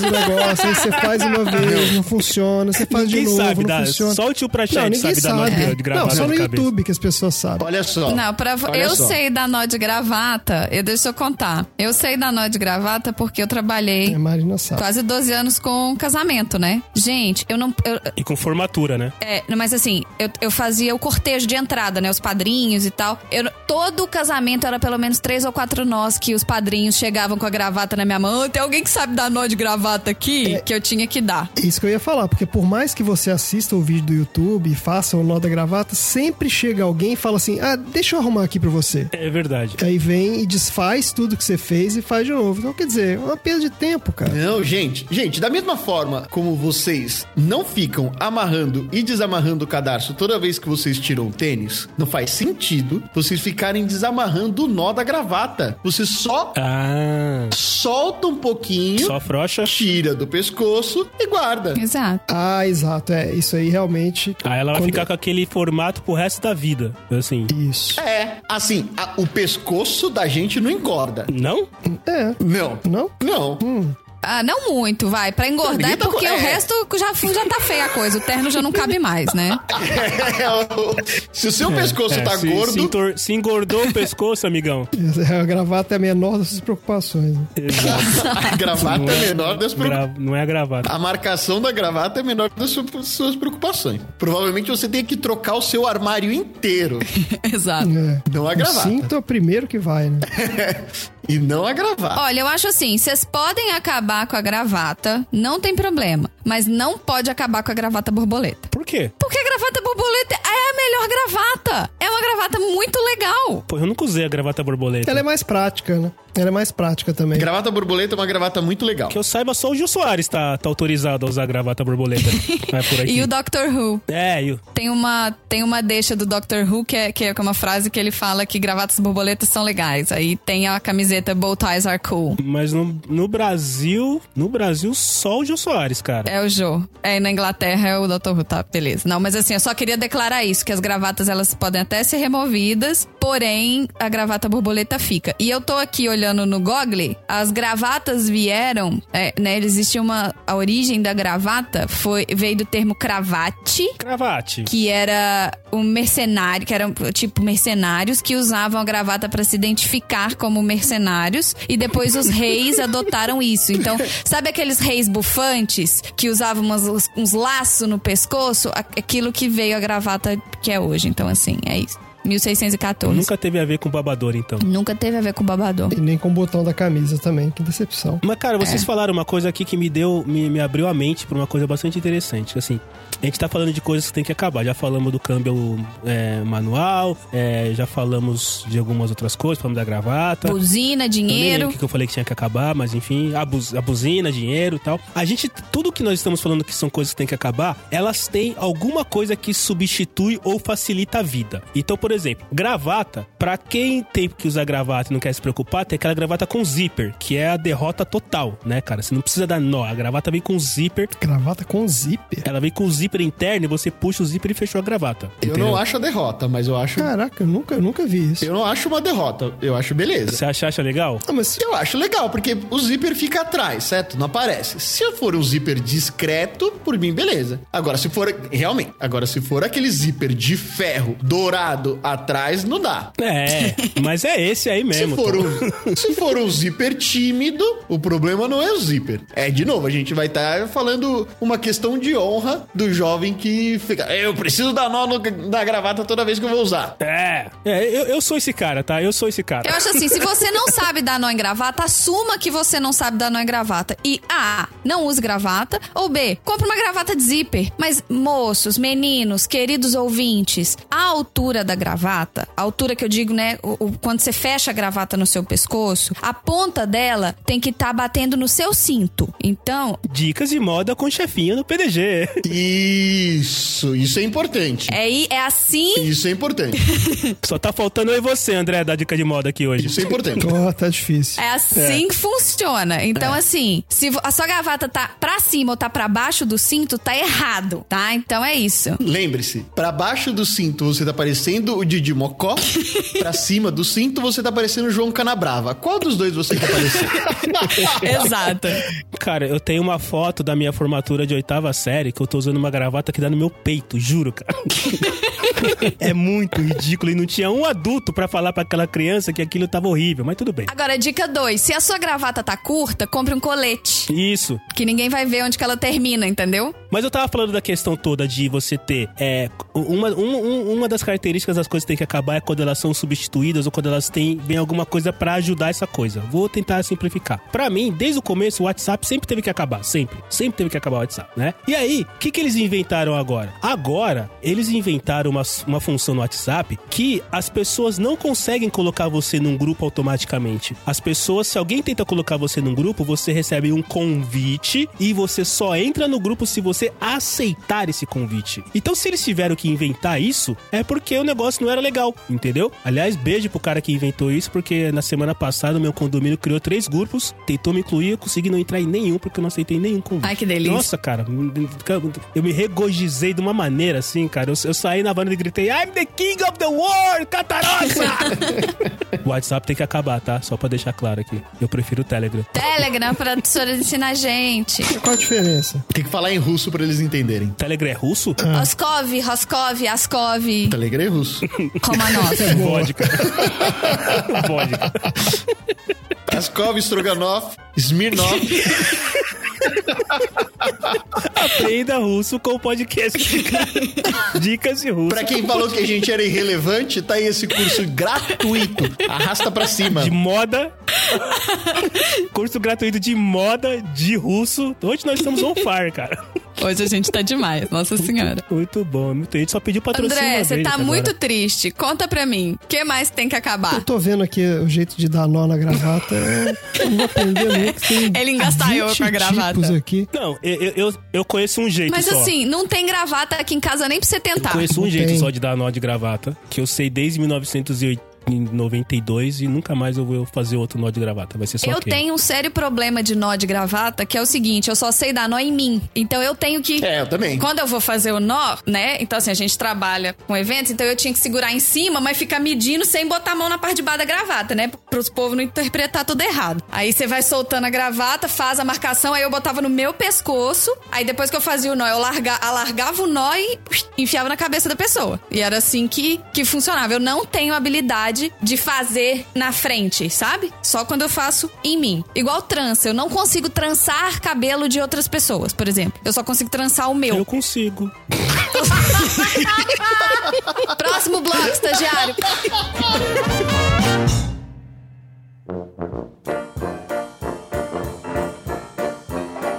o negócio, aí você faz uma vez, não funciona, você faz Ninguém de novo, sabe, não dá, funciona. só o tio Prachete ninguém sabe da nó de- de gravata Não, só na no cabeça. YouTube que as pessoas sabem. Olha só. Não, pra, vo- Olha eu só. sei dar nó de gravata, eu, deixa eu contar. Eu sei dar nó de gravata porque eu trabalhei É, Marina sabe. quase 12 anos com casamento, né? Gente, eu não. eu- E com formatura, né? é, mas assim, eu, eu fazia o cortejo de entrada, né? Os padrinhos e tal. Eu- todo casamento era pelo menos três ou quatro nós que os padrinhos chegavam com a gravata na minha mão. Tem alguém que sabe dar nó de gravata aqui? É. Que eu tinha que dar. Isso que eu ia falar, porque por mais que você assista o vídeo do YouTube e faça o nó da gravata, sempre chega alguém e fala assim: ah, deixa eu arrumar aqui pra você. É verdade. Aí vem e desfaz tudo que você fez e faz de novo. Então, quer dizer, é uma perda de tempo, cara. Não, gente. Gente, da mesma forma como vocês não ficam amarrando e desamarrando o cadarço toda vez que vocês tiram o tênis, não faz sentido vocês ficarem desamarrando o nó da gravata. Vocês só Ah, solta um pouquinho, só frouxa. tira do pescoço e guarda. Exato. Ah, exato, é. Isso aí realmente. Aí Ah, ela vai Quando- é? ficar com aquele formato pro resto da vida. Assim, Isso. É, assim, a- o pescoço da gente não engorda. não? É. Não. Não? Não. Ah, não muito, vai. Pra engordar é Ninguém tá porque com- o é. resto já, já tá feia a coisa. O terno já não cabe mais, né? É, o- se o seu pescoço É, tá se, gordo, Se, entor- se engordou o pescoço, amigão. A gravata é a menor das suas preocupações. né? a gravata é menor das preocupações. Gra- não é gravata. A marcação da gravata é menor das su- suas preocupações. Provavelmente você tem que trocar o seu armário inteiro. Exato. É. Não a O gravata. cinto é o primeiro que vai, né? E não a Ah. gravata. Olha, eu acho assim, vocês podem acabar com a gravata, não tem problema. Mas não pode acabar com a gravata borboleta. Por quê? Porque a gravata borboleta é a melhor gravata. É uma gravata muito legal. Pô, eu nunca usei a gravata borboleta. Ela é mais prática, né? Ela é mais prática também. Gravata borboleta é uma gravata muito legal. Que eu saiba, só o Gil Soares tá, tá autorizado a usar a gravata borboleta. Não é por aqui. E o Doctor Who. É, e o... Tem uma, tem uma deixa do Doctor Who, que é, que é uma frase que ele fala que gravatas borboletas são legais. Aí tem a camiseta Bow Ties Are Cool. mas no, no Brasil, no Brasil, só o Gil Soares, cara. É o Jô. É, e na Inglaterra é o Dr. Who, tá? Beleza. Não, mas assim, eu só queria declarar isso, que as gravatas, elas podem até ser removidas, porém, a gravata borboleta fica. E eu tô aqui olhando no Google, as gravatas vieram, é, né, existe uma... A origem da gravata foi, veio do termo cravate, Cravate. que era um mercenário, que eram tipo mercenários que usavam a gravata pra se identificar como mercenários e depois os reis adotaram isso. Então, sabe aqueles reis bufantes que usavam umas- uns laços no pescoço? A- Aquilo que veio a gravata que é hoje. Então, assim, é isso. 1614. Nunca, Nunca teve a ver com babador, então. teve a ver com babador. E nem com o botão da camisa também. Que decepção. Mas, É. cara, vocês falaram uma coisa aqui que me deu, me, me abriu a mente pra uma coisa bastante interessante. Assim, a gente tá falando de coisas que tem que acabar. Já falamos do câmbio é, manual, é, já falamos de algumas outras coisas, falamos da gravata. Buzina, Eu Tá. nem dinheiro. lembro o que que eu falei que tinha que acabar, mas enfim, a, buz, a buzina, dinheiro e tal. A gente, tudo que nós estamos falando que são coisas que tem que acabar, elas têm alguma coisa que substitui ou facilita a vida. Então, por exemplo, gravata, pra quem tem que usar gravata e não quer se preocupar, tem aquela gravata com zíper, que é a derrota total, né, cara? Você não precisa dar nó, a gravata vem com zíper. Gravata com zíper? Ela vem com o zíper interno e você puxa o zíper e fechou a gravata. Eu não acho a derrota, mas eu acho. Caraca, eu nunca, eu nunca vi isso. Eu não acho uma derrota. Eu acho beleza. Você acha, acha legal? Ah, mas Eu acho legal, porque o zíper fica atrás, certo? Não aparece. Se for um zíper discreto, por mim, beleza. Agora, se for. Realmente. Agora, se for aquele zíper de ferro dourado atrás, não dá. É, mas é esse aí Se mesmo. for, Tom. um, se for um zíper tímido, o problema não é o zíper. É, de novo, a gente vai estar falando uma questão de honra do jovem que fica. Eu preciso dar nó no- na gravata toda vez que eu vou usar. É, é eu, eu sou esse cara, tá? Eu sou esse cara. Eu acho assim, se você não sabe dar nó em gravata, assuma que você não sabe dar nó em gravata. E A, não use gravata. Ou B, compra uma gravata de zíper. Mas, moços, meninos, queridos ouvintes, a altura da gravata, a altura que eu digo, né? o- o- quando você fecha a gravata no seu pescoço, a ponta dela tem que estar batendo no seu cinto. Então, Dicas de moda com chefinha no PDG. Isso, isso é importante. é, i- é assim Isso é importante. Só tá faltando eu e você, André, dar dica de moda aqui hoje. Isso é importante. Ó, tá difícil. É assim que funciona. Então, assim, se vo- a sua gravata tá pra cima ou tá pra baixo do cinto, tá errado, tá? Então é isso. Lembre-se, pra baixo do cinto você tá parecendo o Didi Mocó, pra cima do cinto você tá parecendo o João Canabrava. Qual dos dois você tá parecendo? Exato. Cara, eu tenho uma foto da minha formatura de oitava série que eu tô usando uma gravata que dá no meu peito, juro, cara. é muito ridículo e não tinha um adulto pra falar pra aquela criança que aquilo tava horrível, mas tudo bem. Agora, dica 2. Se a sua gravata tá curta, compre um colete. Isso. Que ninguém vai ver onde que ela termina, entendeu? Mas eu tava falando da questão toda de você ter. É, uma, um- um- uma das características das coisas que tem que acabar é quando elas são substituídas ou quando elas têm vem alguma coisa pra ajudar essa coisa. Vou tentar simplificar. Pra mim, desde o começo, o WhatsApp sempre teve que acabar. Sempre. Sempre teve que acabar o WhatsApp, né? E aí, o que, que eles inventaram agora? Agora, eles inventaram uma, uma função no WhatsApp que as pessoas não conseguem colocar você num grupo automaticamente. As pessoas, se alguém tenta colocar você num grupo, você recebe um convite e você só entra no grupo se você aceitar esse convite. Então, se eles tiveram que inventar isso, é porque o negócio não era legal, entendeu? Aliás, beijo pro cara que inventou isso, porque na semana passada o meu condomínio criou três grupos, tentou me incluir, eu consegui não entrar em nenhum, porque eu não aceitei nenhum convite. Ai, que delícia. Nossa, cara, eu me regozijei de uma maneira assim, cara. Eu, eu saí na varanda e gritei: I'm the king of the world, Catarossa! o WhatsApp tem que acabar, tá? Só pra deixar claro aqui. Eu prefiro o Telegram. Telegram pra professora ensinar a gente. Qual a diferença? Tem que falar em russo pra eles entenderem. Telegram é russo? Oskov, Roskov, Askov, Telegram é russo. Romanov. Vodka. Vodka. Kaskov, Stroganov, Smirnov. Aprenda russo com o podcast. cara. Dicas de russo. Pra quem falou que a gente era irrelevante, tá aí esse curso gratuito. Arrasta pra cima. De moda. Curso gratuito de moda de russo. Hoje nós estamos on fire, cara. Hoje a gente tá demais, nossa senhora. Muito bom. Muito... A gente só pediu patrocínio. André, uma você vez tá agora. muito triste. Conta pra mim. O que mais tem que acabar? Eu tô vendo aqui o jeito de dar nó na gravata. é, Eu não vou aprender nunca. Tem Ele engaçaiou 20 com a gravata. tipos aqui. Não, eu, eu- eu, eu conheço um jeito Mas só. assim, não tem gravata aqui em casa nem pra você tentar. conheço um Não jeito tem. só de dar nó de gravata, que eu sei desde 1992 e nunca mais eu vou fazer outro nó de gravata. Vai ser só Eu aquele. tenho um sério problema de nó de gravata, que é o seguinte, eu só sei dar nó em mim. Então eu tenho que. É, eu também. Quando eu vou fazer o nó, né? Então, assim, a gente trabalha com eventos, então eu tinha que segurar em cima, mas ficar medindo sem botar a mão na parte de baixo da gravata, né? Para os povos não interpretar tudo errado. Aí você vai soltando a gravata, faz a marcação, aí eu botava no meu pescoço, aí depois que eu fazia o nó, eu larga, alargava o nó e psh, enfiava na cabeça da pessoa. E era assim que, que funcionava. Eu não tenho habilidade de fazer na frente, sabe? Só quando eu faço em mim. Igual trança, eu não consigo trançar cabelo de outras pessoas, por exemplo. Eu só consigo trançar o meu. Eu consigo. Próximo bloco, estagiário.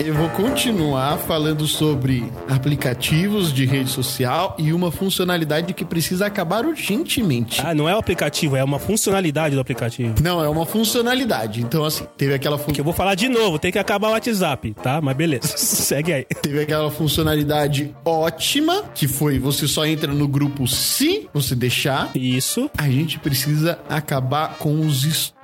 Eu vou continuar falando sobre aplicativos de rede social e uma funcionalidade que precisa acabar urgentemente. Ah, não é o aplicativo, é uma funcionalidade do aplicativo. Não, é uma funcionalidade. Então, assim, teve aquela, fun- Que eu vou falar de novo, tem que acabar o WhatsApp, tá? Mas beleza, segue aí. teve aquela funcionalidade ótima, que foi você só entra no grupo se você deixar. Isso. A gente precisa acabar com os stories.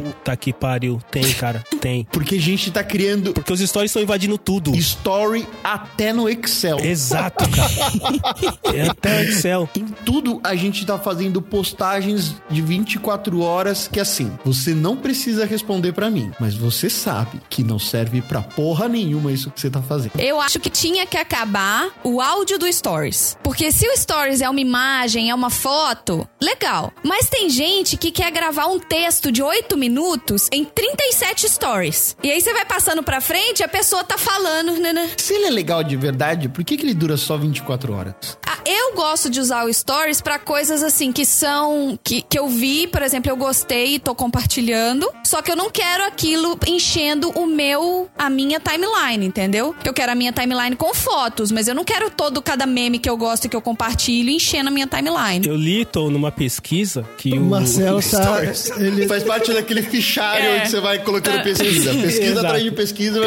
Puta tá que pariu. Tem, cara, tem. Porque a gente tá criando Porque os stories estão invadindo tudo. story até no Excel. Exato, cara. É Até o Excel. Em tudo a gente tá fazendo postagens de 24 horas que assim, você não precisa responder pra mim, mas você sabe que não serve pra porra nenhuma isso que você tá fazendo. Eu acho que tinha que acabar o áudio do Stories. Porque se o Stories é uma imagem, é uma foto, legal. Mas tem gente que quer gravar um texto de 8 minutos em 37 stories. E aí você vai passando pra frente, a pessoa tá falando, né? né? Se ele é legal de verdade, por que, que ele dura só 24 horas? Ah, eu gosto de usar o Stories pra coisas assim que são. Que, que eu vi, por exemplo, eu gostei e tô compartilhando. Só que eu não quero aquilo enchendo o meu. a minha timeline, entendeu? Eu quero a minha timeline com fotos, mas eu não quero todo cada meme que eu gosto e que eu compartilho enchendo a minha timeline. Eu li, tô numa pesquisa que O o. Marcelo tá. Ele, Faz parte daquele fichário É. onde você vai colocando pesquisa. Pesquisa Exato. atrás de pesquisa.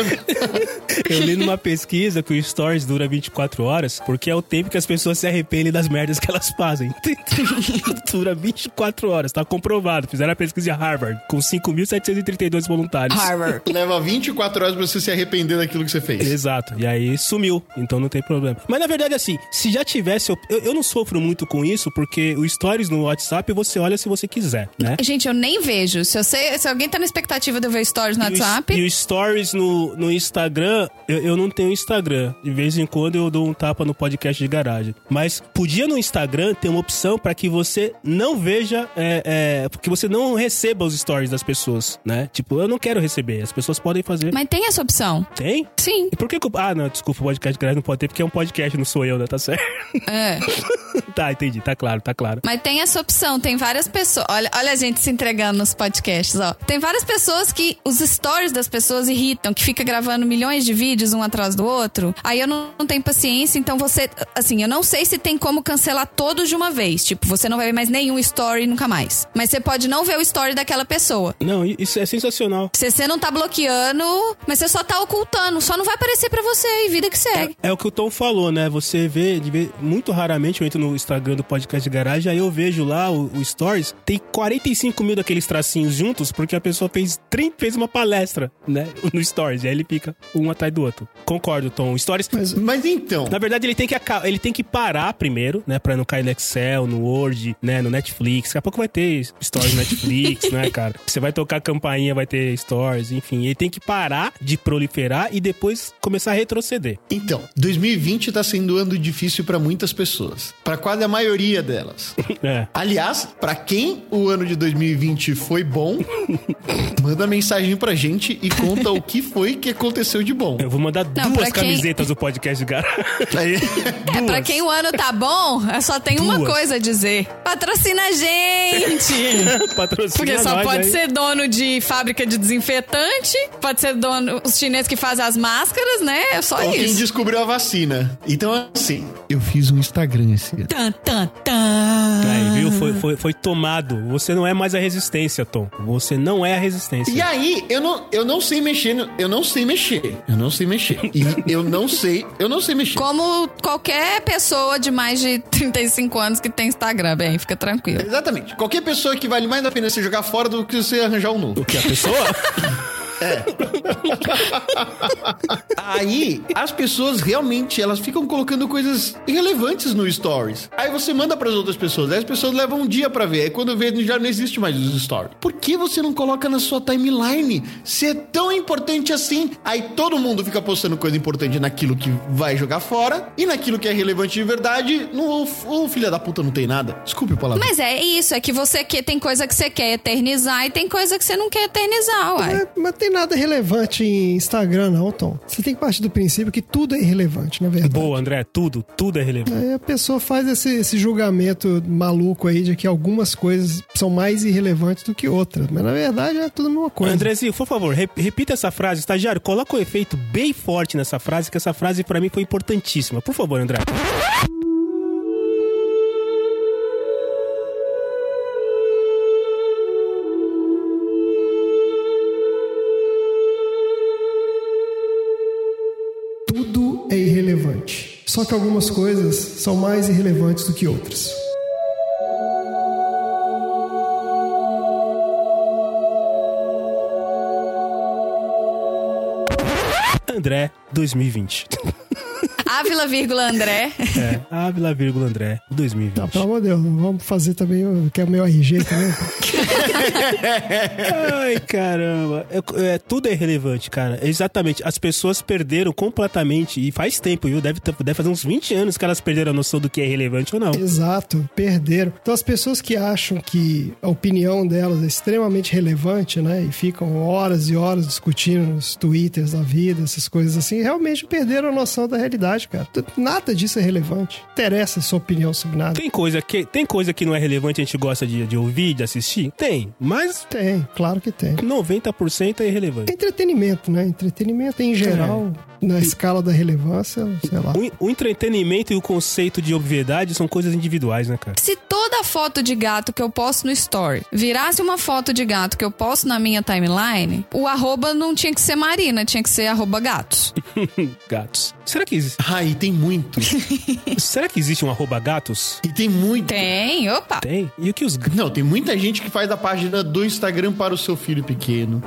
Eu li numa pesquisa que o Stories dura 24 horas porque é o tempo que as pessoas se arrependem das merdas que elas fazem. dura 24 horas, tá comprovado. Fizeram a pesquisa de Harvard com 5.732 voluntários. Harvard. Leva 24 horas pra você se arrepender daquilo que você fez. Exato. E aí sumiu, então não tem problema. Mas na verdade, assim, se já tivesse. Eu, eu- eu não sofro muito com isso, porque o Stories no WhatsApp você olha se você quiser, né? Gente, eu nem vejo. Se, eu sei- se alguém tá na expectativa de eu ver stories no E o- WhatsApp. E o Stories no, no Instagram, eu, eu não tenho Instagram. De vez em quando eu dou um tapa no podcast de garagem. Mas podia no Instagram ter uma opção pra que você não veja, é, é, que você não receba os stories das pessoas, né? Tipo, eu não quero receber. As pessoas podem fazer. Mas tem essa opção. Tem? Sim. E por que que eu... Ah, não, desculpa, o podcast de garagem não pode ter, porque é um podcast, não sou eu, né? Tá certo? É. tá, entendi. Tá claro, tá claro. Mas tem essa opção, tem várias pessoas. Olha, olha a gente se entregando nos podcasts, ó. Tem várias pessoas que os stories das pessoas irritam, que fica gravando milhões de vídeos um atrás do outro. Aí eu não, não tenho paciência, então você. Assim, eu não sei se tem como cancelar todos de uma vez. Tipo, você não vai ver mais nenhum story nunca mais. Mas você pode não ver o story daquela pessoa. Não, i- isso é sensacional. Se Você não tá bloqueando, mas você só tá ocultando. Só não vai aparecer pra você e vida que segue. É o que o Tom falou, né? Você vê, de vez- muito raramente eu entro no Instagram do Podcast de Garagem, aí eu vejo lá o, o Stories, tem 45 mil daqueles tracinhos juntos, porque a pessoa fez, 30, fez uma palestra, né? No Stories, e aí ele fica um atrás do outro. Concordo, Tom. O Stories... Mas então, Na verdade, ele tem, que, aca- ele tem que parar primeiro, né? Pra não cair no Excel, no Word, né? No Netflix. Daqui a pouco vai ter stories no Netflix, né, cara? Você vai tocar campainha, vai ter stories, enfim. Ele tem que parar de proliferar e depois começar a retroceder. então, 2020 tá sendo um ano difícil pra muitas pessoas. Pra quase a maioria delas. É. Aliás, pra quem o ano de 2020 foi bom, manda mensagem pra gente e conta o que foi que aconteceu de bom. Eu vou mandar duas pra quem- camisetas do podcast do Garagem. Aí- É, pra quem o ano tá bom, eu só tem uma Duas. coisa a dizer. Patrocina a gente! Patrocina Porque só nós pode é aí. ser dono de fábrica de desinfetante, pode ser dono. Os chineses que fazem as máscaras, né? É só Ou quem isso. descobriu a vacina. Então, assim, eu fiz um Instagram esse ano. Tan, tan, tan. Tá Aí, viu? Foi, foi, foi tomado. Você não é mais a resistência, Tom. Você não é a resistência. E aí, eu não, eu não sei mexer, no- eu não sei mexer. Eu não sei mexer. E eu não sei, eu não sei mexer. Como qualquer pessoa de mais de 35 anos que tem Instagram, bem, fica tranquilo. Exatamente. Qualquer pessoa que vale mais a pena você jogar fora do que você arranjar um novo. O que a pessoa? Aí, as pessoas realmente, elas ficam colocando coisas irrelevantes no stories. Aí você manda pras outras pessoas, aí as pessoas levam um dia pra ver. Aí quando vê, já não existe mais os stories. Por que você não coloca na sua timeline? Se é tão importante assim, aí todo mundo fica postando coisa importante naquilo que vai jogar fora e naquilo que é relevante de verdade, não, o filho da puta não tem nada. Desculpe o palavrão. Mas é isso, é que você que tem coisa que você quer eternizar e tem coisa que você não quer eternizar, uai. É, mas tem nada relevante em Instagram, não, Tom. Você tem que partir do princípio que tudo é irrelevante, na verdade. Boa, André. Tudo, tudo é relevante. Aí a pessoa faz esse, esse julgamento maluco aí de que algumas coisas são mais irrelevantes do que outras. Mas na verdade é tudo a mesma coisa. Andrezinho, por favor, rep- repita essa frase. Estagiário, coloca o efeito bem forte nessa frase, que essa frase pra mim foi importantíssima. Por favor, André. Tudo é irrelevante. Só que algumas coisas são mais irrelevantes do que outras. André 2020. Ávila, vírgula, André. É, Ávila, vírgula, André Tá, pelo 2020. amor de Deus, não vamos fazer também o que é o meu RG também. Ai, caramba. É, é, tudo é irrelevante, cara. Exatamente. As pessoas perderam completamente, e faz tempo, viu? Deve, ter- deve fazer uns 20 anos que elas perderam a noção do que é relevante ou não. Exato, perderam. Então as pessoas que acham que a opinião delas é extremamente relevante, né? E ficam horas e horas discutindo nos twitters da vida, essas coisas assim, realmente perderam a noção da realidade, cara. T- Nada disso é relevante. Não Interessa a sua opinião sobre nada. Tem coisa, que, tem coisa que não é relevante, a gente gosta de, de ouvir, de assistir? Tem, mas Tem, claro que tem. 90% é irrelevante. Entretenimento, né? Entretenimento em geral, na escala da relevância, sei lá. O en- O, entretenimento e o conceito de obviedade são coisas individuais, né, cara? Se toda foto de gato que eu posto no story virasse uma foto de gato que eu posto na minha timeline, o arroba não tinha que ser Marina, tinha que ser arroba gatos. Gatos. Será que, exi- Ai, Ah, tem muito. será que existe um arroba gatos? E tem muito. Tem, opa. Tem. E o que os Não, tem muita gente que faz a página do Instagram para o seu filho pequeno.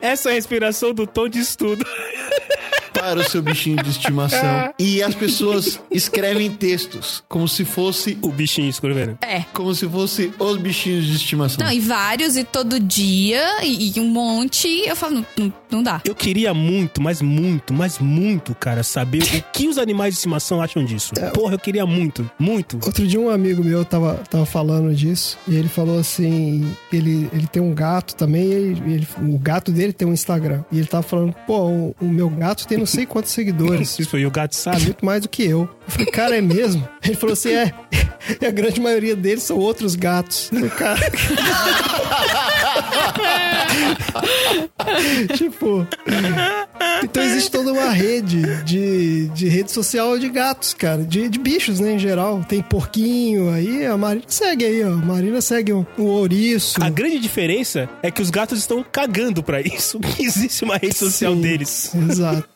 Essa é a respiração do tom de estudo. para o seu bichinho de estimação. E as pessoas escrevem textos como se fosse O bichinho escrevendo. É. como se fosse os bichinhos de estimação. Não, e vários, e todo dia, e, e um monte. Eu falo, não, não, não dá. Eu queria muito, mas muito, mas muito, cara, saber o que os animais de estimação acham disso. Porra, eu queria muito, muito. Outro dia um amigo meu tava, tava falando disso e ele falou assim, ele, ele tem um gato também, e ele, ele- o gato dele tem um Instagram. E ele tava falando, pô, o, o meu gato tem não sei quantos seguidores. Tipo, Isso foi o gato sabe. Muito Ah, mais do que eu. Eu falei, cara, é mesmo? Ele falou assim, é. E a grande maioria deles são outros gatos. Eu falei, cara. tipo. Então existe toda uma rede de, de rede social de gatos, cara. De, de bichos, né, em geral. Tem porquinho aí, a Marina segue aí, ó. A Marina segue o um, ouriço. A grande diferença é que os gatos estão cagando pra isso. Não existe uma rede social Sim, deles. Exato.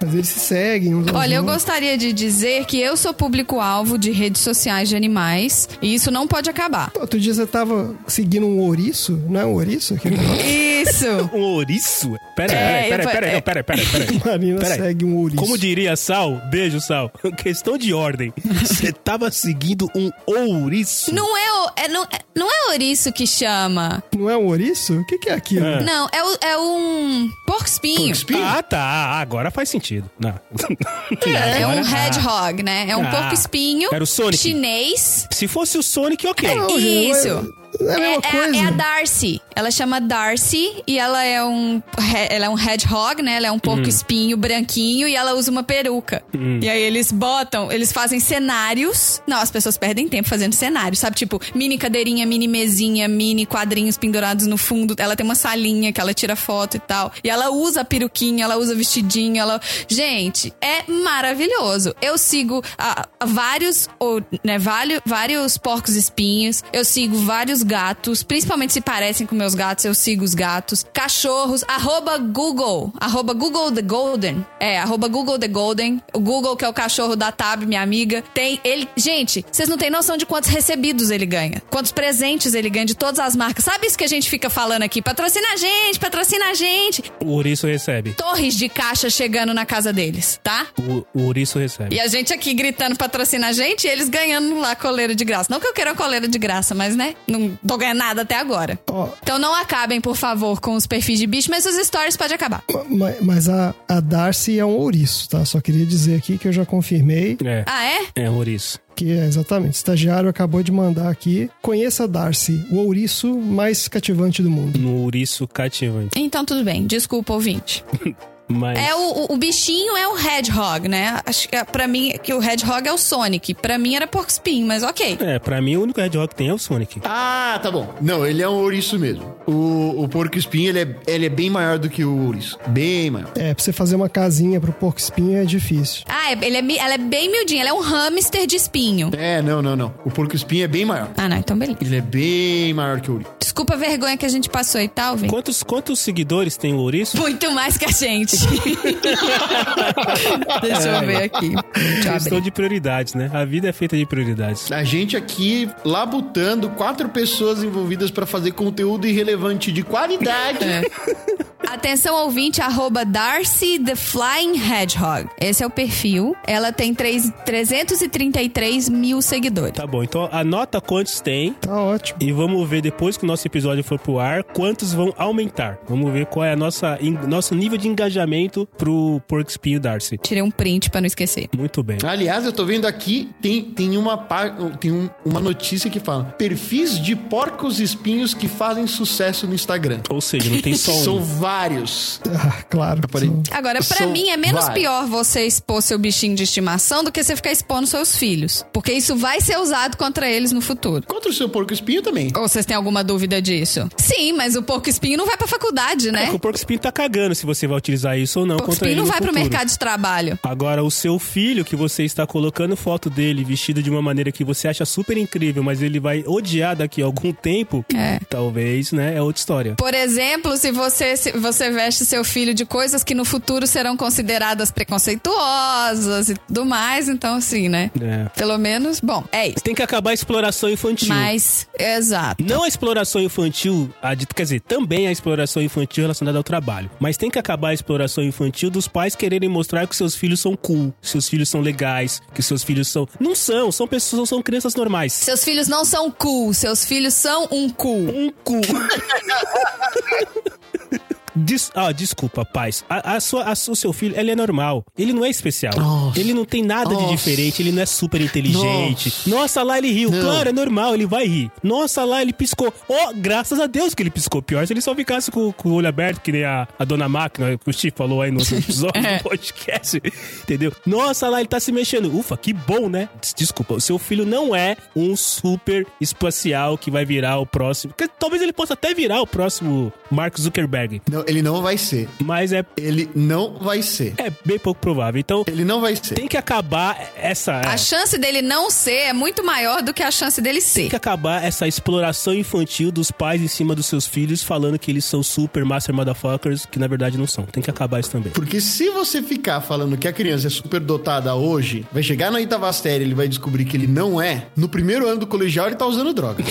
Mas eles se seguem. Uns aos Olha, eu outros. gostaria de dizer que eu sou público-alvo de redes sociais de animais e isso não pode acabar. Outro dia você tava seguindo um ouriço, não é um ouriço? Que... Isso! Um ouriço? Pera, É, aí, pera, eu aí, fa- pera, aí, é. não, pera, aí, pera, aí, pera, aí. Marina Peraí. segue um ouriço. Como diria Sal, beijo Sal, questão de ordem. Você tava seguindo um ouriço? Não é, o, é- não, é- não é ouriço que chama. Não é um ouriço? O que, que é aquilo? É. Não, é, o- é um porco-espinho. Espinho? Ah, tá. Agora faz sentido. Não. É um Agora- hedgehog, né? É um Ah. porco-espinho Era o Sonic. chinês. Se fosse o Sonic, ok. É. Isso. Não é a mesma é, coisa. a Darcy. Ela chama Darcy e ela é um he- ela é um hedgehog, né? Ela é um porco espinho branquinho e ela usa uma peruca. E aí eles botam, eles fazem cenários. Não, as pessoas perdem tempo fazendo cenários, sabe? Tipo, mini cadeirinha, mini mesinha, mini quadrinhos pendurados no fundo. Ela tem uma salinha que ela tira foto e tal. E ela usa a peruquinha, ela usa vestidinho, ela. Gente, é maravilhoso. Eu sigo a- a vários, ou, né, vários, vários porcos espinhos. Eu sigo vários gatos, principalmente se parecem com meus gatos, eu sigo os gatos. Cachorros, arroba Google, arroba Google the Golden. É, arroba Google the Golden. O Google, que é o cachorro da Tab, minha amiga, tem ele... Gente, vocês não têm noção de quantos recebidos ele ganha. Quantos presentes ele ganha de todas as marcas. Sabe isso que a gente fica falando aqui? Patrocina a gente, patrocina a gente. O ouriço recebe. Torres de caixa chegando na casa deles, tá? O, o ouriço recebe. E a gente aqui gritando patrocina a gente e eles ganhando lá coleira de graça. Não que eu queira uma coleira de graça, mas né? Não tô ganhando nada até agora. Ó. Então não acabem, por favor, com os perfis de bicho, mas os stories pode acabar. Ma- ma- Mas a, a Darcy é um ouriço, tá? Só queria dizer aqui que eu já confirmei É. Ah, é? É, ouriço. que é exatamente. O estagiário acabou de mandar aqui. Conheça a Darcy, o ouriço mais cativante do mundo. No ouriço cativante. Então tudo bem, desculpa, ouvinte. Mas. É o, o- o bichinho é o Hedgehog, né? Acho que é, pra mim que o Hedgehog é o Sonic. Pra mim era porco espinho, mas ok. É, pra mim o único hedgehog que tem é o Sonic. Ah, tá bom. Não, ele é um ouriço mesmo. O, o porco espinho, ele é, ele é bem maior do que o ouriço. Bem maior. É, pra você fazer uma casinha pro porco espinho é difícil. Ah, é- ele é, mi- ela é bem miudinha, ela é um hamster de espinho. É, não, não, não. O porco espinho é bem maior. Ah, não, então beleza. Ele é bem maior que o ouriço. Desculpa a vergonha que a gente passou e tal, vem. Quantos, quantos seguidores tem o ouriço? Muito mais que a gente. Deixa eu ver aqui. Deixa eu Questão abrir. de prioridades, né? A vida é feita de prioridades. A gente aqui labutando quatro pessoas envolvidas pra fazer conteúdo irrelevante de qualidade. Atenção ouvinte, arroba Darcy the Flying Hedgehog. Esse é o perfil. Ela tem três- 333 mil seguidores. Tá bom, então anota quantos tem Tá ótimo. e vamos ver depois que o nosso episódio for pro ar quantos vão aumentar. Vamos ver qual é a nossa en- nosso nível de engajamento pro Porco Espinho Darcy. Tirei um print pra não esquecer. Muito bem. Aliás, eu tô vendo aqui, tem, tem, uma, pá- tem um- uma notícia que fala: perfis de porcos espinhos que fazem sucesso no Instagram. Ah. Ou seja, não tem só São um. vários. Ah, claro. Porém, Agora, pra são mim, é menos vários. pior você expor seu bichinho de estimação do que você ficar expondo seus filhos. Porque isso vai ser usado contra eles no futuro. Contra o seu porco espinho também. Ou vocês têm alguma dúvida disso? Sim, mas o porco espinho não vai pra faculdade, É que né? o Porco Espinho tá cagando se você vai utilizar isso ou não O porco contra ele espinho não no vai pro futuro. mercado de trabalho. Agora, o seu filho, que você está colocando foto dele vestido de uma maneira que você acha super incrível, mas ele vai odiar daqui a algum tempo, É. talvez, né? É outra história. Por exemplo, se você, se você veste seu filho de coisas que no futuro serão consideradas preconceituosas e tudo mais, então assim, né? É. Pelo menos, bom, é isso. Tem que acabar a exploração infantil. Mas, exato. Não a exploração infantil, a de- quer dizer, também a exploração infantil relacionada ao trabalho. Mas tem que acabar a exploração infantil dos pais quererem mostrar que seus filhos são cool, que seus filhos são legais, que seus filhos são. Não são, são pessoas, são crianças normais. Seus filhos não são cool, seus filhos são um cu. Um cu. Des- ah, desculpa, paz. A, a sua, a su- o seu filho, ele é normal. Ele não é especial. Nossa. Ele não tem nada de Nossa. diferente. Ele não é super inteligente. Nossa, lá ele riu. Não. Claro, é normal, ele vai rir. Nossa, lá ele piscou. Oh, graças a Deus que ele piscou. Pior se ele só ficasse com, com o olho aberto, que nem a, a dona máquina, que o Steve falou aí no outro episódio do podcast. Entendeu? Nossa, lá ele tá se mexendo. Ufa, que bom, né? Des- Desculpa, o seu filho não é um super espacial que vai virar o próximo. que Talvez ele possa até virar o próximo Mark Zuckerberg. Não, ele não vai ser. Mas é, Ele não vai ser. é bem pouco provável. Então. Ele não vai ser. Tem que acabar essa. A chance dele não ser é muito maior do que a chance dele Tem ser. que acabar essa exploração infantil dos pais em cima dos seus filhos, falando que eles são super master motherfuckers, que na verdade não são. Tem que acabar isso também. Porque se você ficar falando que a criança é superdotada hoje, vai chegar na oitava série, ele vai descobrir que ele não é. No primeiro ano do colegial, ele tá usando droga.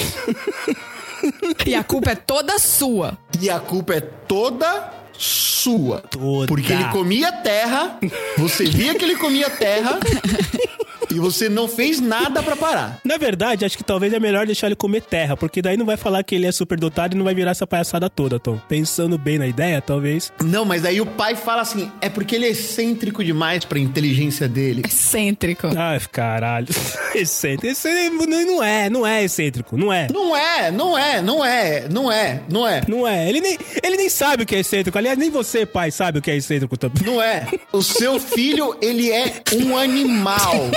E a culpa é toda sua. e a culpa é toda sua. Toda. Porque ele comia terra, você via que ele comia terra e você não fez nada pra parar. Na verdade, acho que talvez é melhor deixar ele comer terra, porque daí não vai falar que ele é super dotado e não vai virar essa palhaçada toda, Tom. Pensando bem na ideia, talvez. Não, mas aí o pai fala assim: é porque ele é excêntrico demais pra inteligência dele. É Excêntrico. Ai, caralho. excêntrico. Excêntrico não não é, não é excêntrico, não é. Não é, não é, não é, não é, não é. Não é. Ele nem, ele nem sabe o que é excêntrico. Aliás, nem você, pai, sabe o que é excêntrico também. Não é. O seu filho, ele é um animal.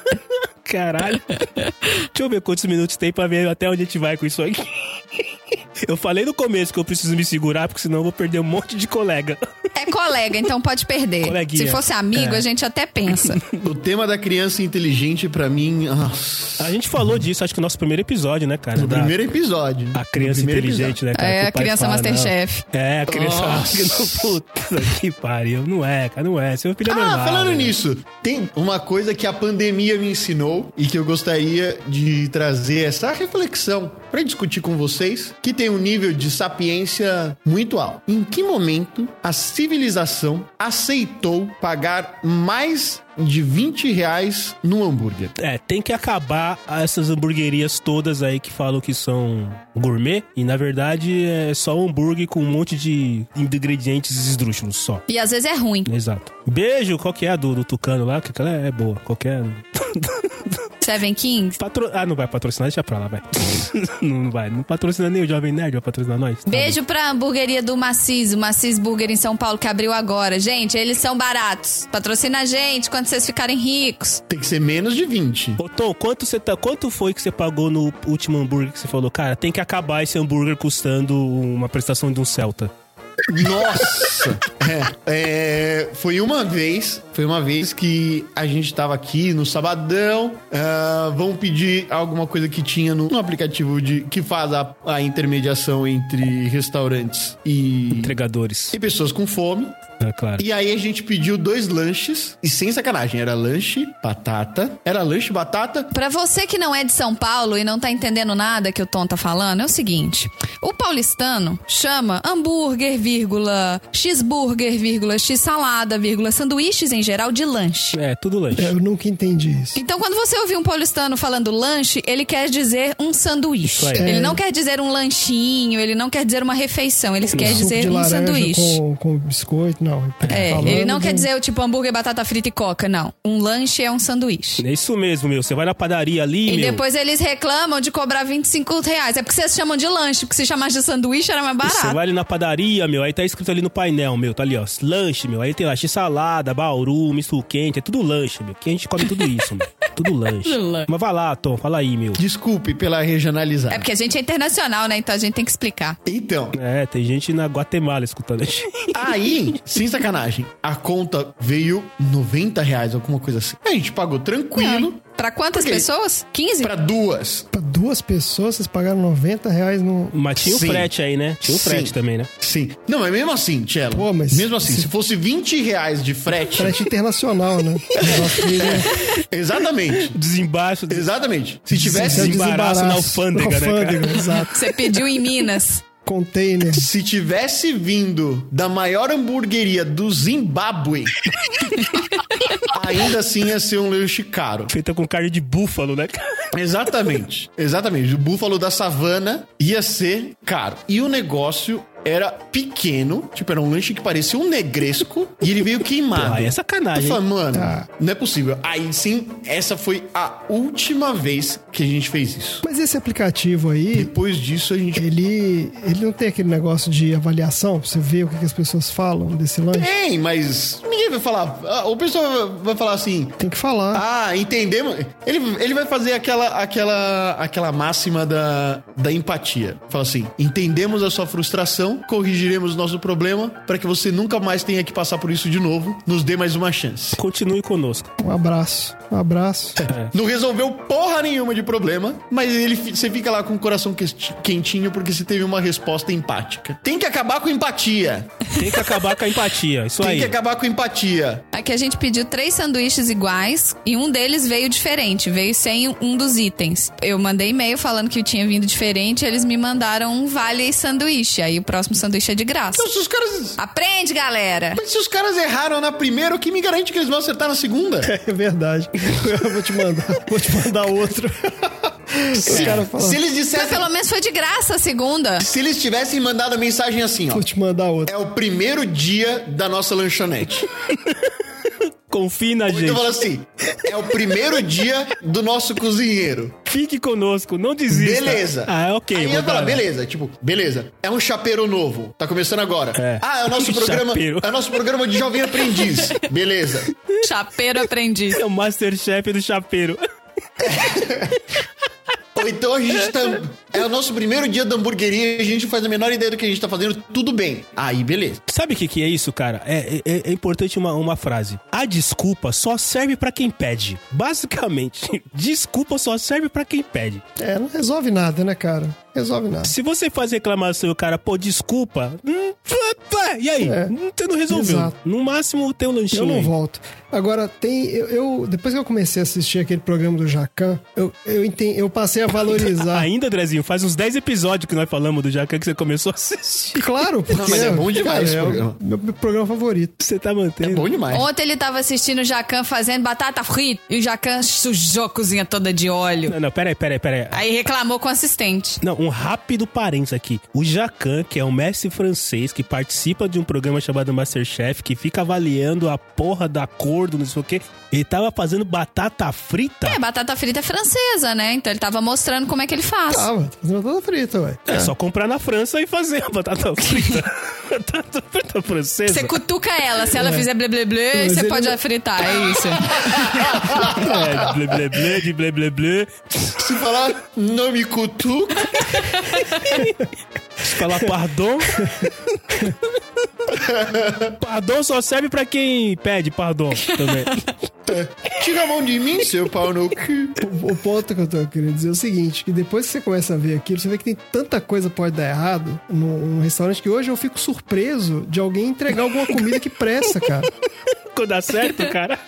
Caralho. Deixa eu ver quantos minutos tem pra ver até onde a gente vai com isso aqui. Eu falei no começo que eu preciso me segurar, porque senão eu vou perder um monte de colega. É colega, então pode perder. Coleguinha. Se fosse amigo, É. a gente até pensa. O tema da criança inteligente, pra mim, nossa, A gente falou disso, acho que no nosso primeiro episódio, né, cara? no Da- primeiro episódio. A criança No primeiro inteligente, né, cara? É, Que o a pai criança fala, Masterchef. não. É, a criança. Nossa. Puta que pariu. Não é, cara, não é. Seu filho é Ah, normal. falando né? nisso, tem uma coisa que a pandemia me ensinou e que eu gostaria de trazer essa reflexão pra discutir com vocês, que tem um nível de sapiência muito alto. Em que momento a civilização aceitou pagar mais de 20 reais num hambúrguer? É, tem que acabar essas hamburguerias todas aí que falam que são gourmet. E na verdade é só hambúrguer com um monte de ingredientes esdrúxulos só. E às vezes é ruim. Exato. Beijo, qual que é a do, do Tucano lá? Que aquela é boa. Qualquer. Seven Kings. Patro... Ah, não vai patrocinar, deixa pra lá, vai. não, não vai. Não patrocina nem o Jovem Nerd, vai patrocinar nós. Tá Beijo pra hamburgueria do Macis, o Macis Burger em São Paulo, que abriu agora. Gente, eles são baratos. Patrocina a gente quando vocês ficarem ricos. Tem que ser menos de 20. bom. Ô Tom, quanto, você tá... quanto foi que você pagou no último hambúrguer que você falou? Cara, tem que acabar esse hambúrguer custando uma prestação de um Celta. Nossa! É, é, foi uma vez, foi uma vez que a gente tava aqui no sabadão, ah, vamos pedir alguma coisa que tinha no, no aplicativo de que faz a, a intermediação entre restaurantes e, Entregadores. e pessoas com fome. É claro. E aí a gente pediu dois lanches, e sem sacanagem, era lanche, batata, era lanche, batata, Pra você que não é de São Paulo e não tá entendendo nada que o Tom tá falando, é o seguinte: o paulistano chama hambúrguer, vírgula, cheeseburger, vírgula, x-salada, vírgula, sanduíches em geral de lanche. É, tudo lanche. É, Eu nunca entendi isso. Então, quando você ouvir um paulistano falando lanche, ele quer dizer um sanduíche. Isso aí. Ele É. não quer dizer um lanchinho, ele não quer dizer uma refeição, ele quer Suco de dizer um laranja sanduíche. Com, com biscoito, não. É, Tá Falando ele não de quer um- dizer tipo hambúrguer, batata frita e coca, não. Um lanche é um sanduíche. É isso mesmo, meu. Você vai na padaria ali, E meu. depois eles reclamam de cobrar 25 reais. É porque vocês chamam de lanche, porque se chamasse de sanduíche era mais Você barato. vai ali na padaria, meu, aí tá escrito ali no painel, meu, tá ali, ó, lanche, meu. Aí tem lá x-salada, bauru, misto quente, é tudo lanche, meu. Que a gente come tudo isso, meu. Tudo lanche. Mas vai lá, Tom, fala aí, meu. desculpe pela regionalizada. É porque a gente é internacional, né? Então a gente tem que explicar. Então, É, tem gente na Guatemala escutando a gente. Aí, sem sacanagem, a conta veio 90 reais, alguma coisa assim. A gente pagou tranquilo Pra quantas Ok. pessoas? 15? pra duas. Pra duas pessoas, vocês pagaram 90 reais no. Mas tinha o Sim. frete aí, né? Tinha o Sim. frete também, né? Sim. Não, mas mesmo assim, Tchelo. Pô, mas mesmo assim, se- se fosse 20 reais de frete. Frete internacional, né? Negócio que, né? exatamente. Desembaixo, des... Exatamente. Se tivesse. Esse é o desembaraço na alfândega, né, cara? Alfândega, exato. Você pediu em Minas. Container. Se tivesse vindo da maior hamburgueria do Zimbábue, ainda assim ia ser um lanche caro. feita com carne de búfalo, né? cara? Exatamente, exatamente. O búfalo da savana ia ser caro. E o negócio era pequeno, tipo, era um lanche que parecia um negresco e ele veio queimado. Ah, é Eu sacanagem. falei, hein? mano, Tá. não é possível. Aí sim, essa foi a última vez que a gente fez isso. Mas esse aplicativo aí, Depois disso, a gente. ele, ele não tem aquele negócio de avaliação? Pra você ver o que que as pessoas falam desse lanche? Tem, mas ninguém vai falar. Ah, O pessoal vai falar assim. Tem que falar. Ah, entendemos. Ele, ele vai fazer aquela, aquela, aquela máxima da, da empatia. Fala assim: entendemos a sua frustração, corrigiremos nosso problema para que você nunca mais tenha que passar por isso de novo. Nos dê mais uma chance. Continue conosco. Um abraço. Um abraço. Não resolveu porra nenhuma de problema, mas ele, fi- você fica lá com o coração questi- quentinho porque você teve uma resposta empática. Tem que acabar com empatia. Tem que acabar com a empatia, isso Tem aí. que acabar com empatia. Aqui a gente pediu três sanduíches iguais e um deles veio diferente, veio sem um dos itens. Eu mandei e-mail falando que tinha vindo diferente, eles me mandaram um vale sanduíche. Aí o próximo sanduíche é de graça. Então, se os caras. Aprende, galera! Se os caras erraram na primeira, o que me garante que eles vão acertar na segunda? É verdade. Eu vou te mandar. Vou te mandar outro. Os caras falam. Se eles Mas dissessem pelo menos foi de graça a segunda. Se eles tivessem mandado a mensagem assim, ó. Vou te mandar outro. É o primeiro dia da nossa lanchonete. Confie na Então gente. fala assim: é o primeiro dia do nosso cozinheiro. Fique conosco, não desista. Beleza. Ah, ok. Aí eu mandaram. falo, beleza, tipo, beleza. É um chapeiro novo. Tá começando agora. É. Ah, é o nosso Um programa. chapeiro. É o nosso programa de jovem aprendiz. Beleza. Chapeiro aprendiz. É o Masterchef do chapeiro. Ou então a gente tá. É o nosso primeiro dia da hamburgueria e a gente não faz a menor ideia do que a gente tá fazendo, tudo bem. Aí, beleza. Sabe o que, que é isso, cara? É, é- é importante uma, uma frase. A desculpa só serve pra quem pede. Basicamente, desculpa só serve pra quem pede. É, não resolve nada, né, cara? Resolve nada. Se você faz reclamação e o cara, pô, desculpa. hum, pá, pá, E aí? É. Hum, Você não resolveu. Exato. No máximo, tem um lanchinho. Eu não aí. volto. Agora, tem. Eu, eu- depois que eu comecei a assistir aquele programa do Jacan, eu, eu, entendi, eu passei a valorizar. Ainda, Drezinho, faz uns 10 episódios que nós falamos do Jacan que você começou a assistir. Claro, porque. mas é bom demais esse é o programa. Meu programa favorito. Você tá É mantendo. bom demais. Ontem ele tava assistindo o Jacan fazendo batata frita e o Jacan sujou a cozinha toda de óleo. Não, não, peraí, peraí, peraí. Aí reclamou com o assistente. Não, um rápido parênteses aqui. O Jacan, que é um mestre francês que participa de um programa chamado Masterchef, que fica avaliando a porra da cor do não sei o quê, ele tava fazendo batata frita. É, batata frita é francesa, né? Então ele tava mostrando como é que ele faz. Ah, mano, tá fazendo toda frita, ué. É, só comprar na França e fazer a batata frita. batata frita francesa. Você cutuca ela, se ela fizer blé blé blé, É. Mas você ele pode não- fritar, é isso. É, blé, blé, blé, de blé, blé, blé. Se falar, não me cutuca. Se falar pardon. pardon só serve pra quem pede pardon também. Tira a mão de mim, seu pau no cu. O ponto que eu tô querendo dizer é o seguinte: que depois que você começa a ver aquilo, você vê que tem tanta coisa que pode dar errado num, num restaurante que hoje eu fico surpreso de alguém entregar alguma comida que presta, cara. Quando dá certo, cara.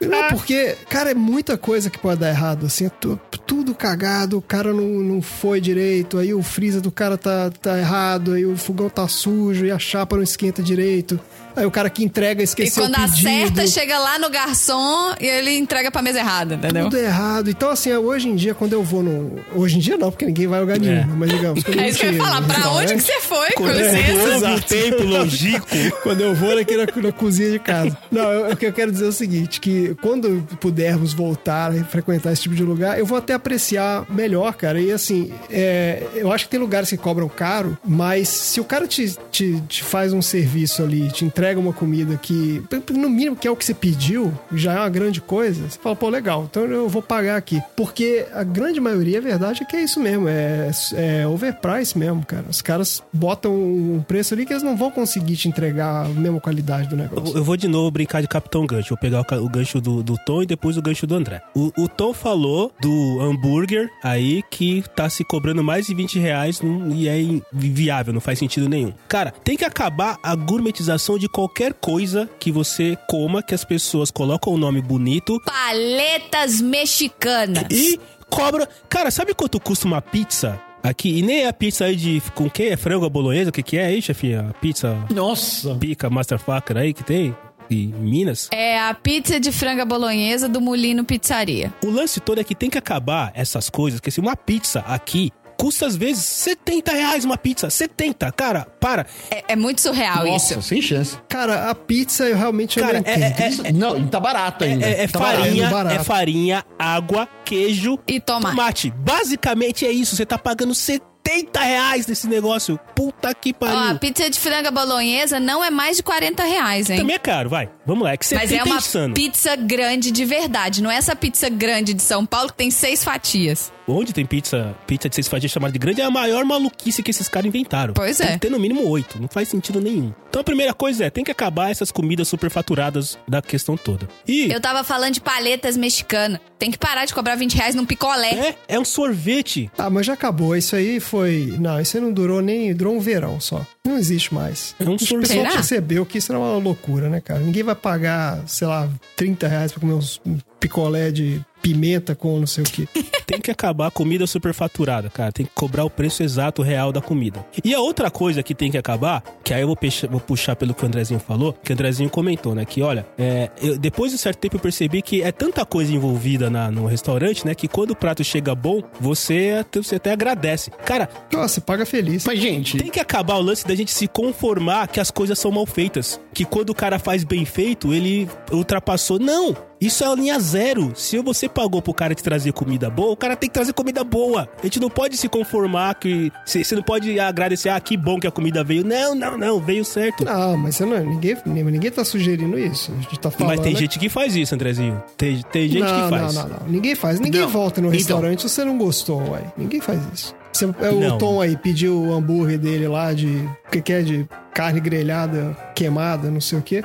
Não, porque, cara, é muita coisa que pode dar errado, assim, é tu- tudo cagado, o cara não, não foi direito, aí o freezer do cara tá, tá errado, aí o fogão tá sujo, e a chapa não esquenta direito, aí o cara que entrega E esqueceu quando o pedido. acerta, chega lá no garçom e ele entrega pra mesa errada, entendeu? Tudo errado. Então, assim, hoje em dia, quando eu vou no. Hoje em dia não, porque ninguém vai ao lugar nenhum, mas digamos. quando É isso que eu ia chego né? falar. no Pra onde restaurante, que você foi? Com Houve licença. um tempo longínquo. Quando eu vou aqui na, na cozinha de casa. Não, eu- o que eu quero dizer é o seguinte: que quando pudermos voltar e frequentar esse tipo de lugar, eu vou até apreciar melhor, cara. E assim, é, eu acho que tem lugares que cobram caro, mas se o cara te, te, te faz um serviço ali, te entrega uma comida que, no mínimo, que é o que você pediu, já é uma grande coisa, você fala, pô, legal, então eu vou pagar aqui. Porque a grande maioria, a verdade, é que é isso mesmo, é, é overprice mesmo, cara. Os caras botam um preço ali que eles não vão conseguir te entregar a mesma qualidade do negócio. Eu- Eu vou de novo brincar de Capitão Gancho. Vou pegar o, ca- o gancho do, do Tom e depois o gancho do André. O, o Tom falou do hambúrguer aí que tá se cobrando mais de 20 reais num- e é inviável, não faz sentido nenhum. Cara, tem que acabar a gourmetização de qualquer coisa que você coma, que as pessoas colocam o nome bonito Paletas mexicanas. e cobra. Cara, sabe quanto custa uma pizza? Aqui, e nem é a pizza aí de. Com quem? É frango à bolonhesa? O que, que é aí, chefinha? A pizza Nossa. pica, master faca aí que tem? Em Minas? É a pizza de franga bolonhesa do Mulino Pizzaria. O lance todo é que tem que acabar essas coisas, que se uma pizza aqui custa às vezes 70 reais uma pizza. 70, cara, para. É, é muito surreal Nossa, isso. sem chance. Cara, a pizza eu realmente eu Cara, não é- entendo. é- Não, e tá barato ainda. É, é Tá barato. farinha, barato. é farinha, água, queijo E tomate. Basicamente é isso, você tá pagando 70 reais nesse negócio. Puta que Ó, a pariu. pizza de franga bolonhesa não é mais de 40 reais, hein? Também é caro, vai. Vamos lá, é que você Mas fica é uma insano. pizza grande de verdade. Não é essa pizza grande de São Paulo que tem seis fatias. Onde tem pizza, pizza de seis fatias chamada de grande é a maior maluquice que esses caras inventaram. Pois é. Tem que ter no mínimo oito, não faz sentido nenhum. Então a primeira coisa é, tem que acabar essas comidas superfaturadas da questão toda. E Eu tava falando de paletas mexicanas. Tem que parar de cobrar 20 reais num picolé. é, é um sorvete. Ah, mas já acabou. Isso aí foi. Não, isso aí não durou nem. Durou um verão só. Não existe mais. É um O pessoal Será? percebeu que isso era uma loucura, né, cara? Ninguém vai pagar, sei lá, 30 reais pra comer uns- um picolé de pimenta com não sei o quê. Tem que acabar a comida superfaturada, cara. Tem que cobrar o preço exato real da comida. E a outra coisa que tem que acabar, que aí eu vou, pecha- vou puxar pelo que o Andrezinho falou, que o Andrezinho comentou, né? Que olha, é, eu- depois de um certo tempo eu percebi que é tanta coisa envolvida na- no restaurante, né? Que quando o prato chega bom, você, até- você até agradece. Cara, Nossa, você paga feliz. Mas, gente, tem que acabar o lance da gente se conformar que as coisas são mal feitas. Que quando o cara faz bem feito, ele ultrapassou. Não! Isso é a linha zero. Se você pagou pro cara te trazer comida boa, o cara tem que trazer comida boa. A gente não pode se conformar que. Você você não pode agradecer, ah, que bom que a comida veio. Não, não, não, veio certo. Não, mas você não, é- ninguém, ninguém tá sugerindo isso. A gente tá falando. Mas tem né? gente que faz isso, Andrezinho. Tem, tem gente não, que faz. Não, não, não. Ninguém faz. Ninguém Não. volta no Então. restaurante se você não gostou, ué. Ninguém faz isso. Você- é, o Não. Tom aí pediu o hambúrguer dele lá de. O que, que é? De carne grelhada, queimada, não sei o quê.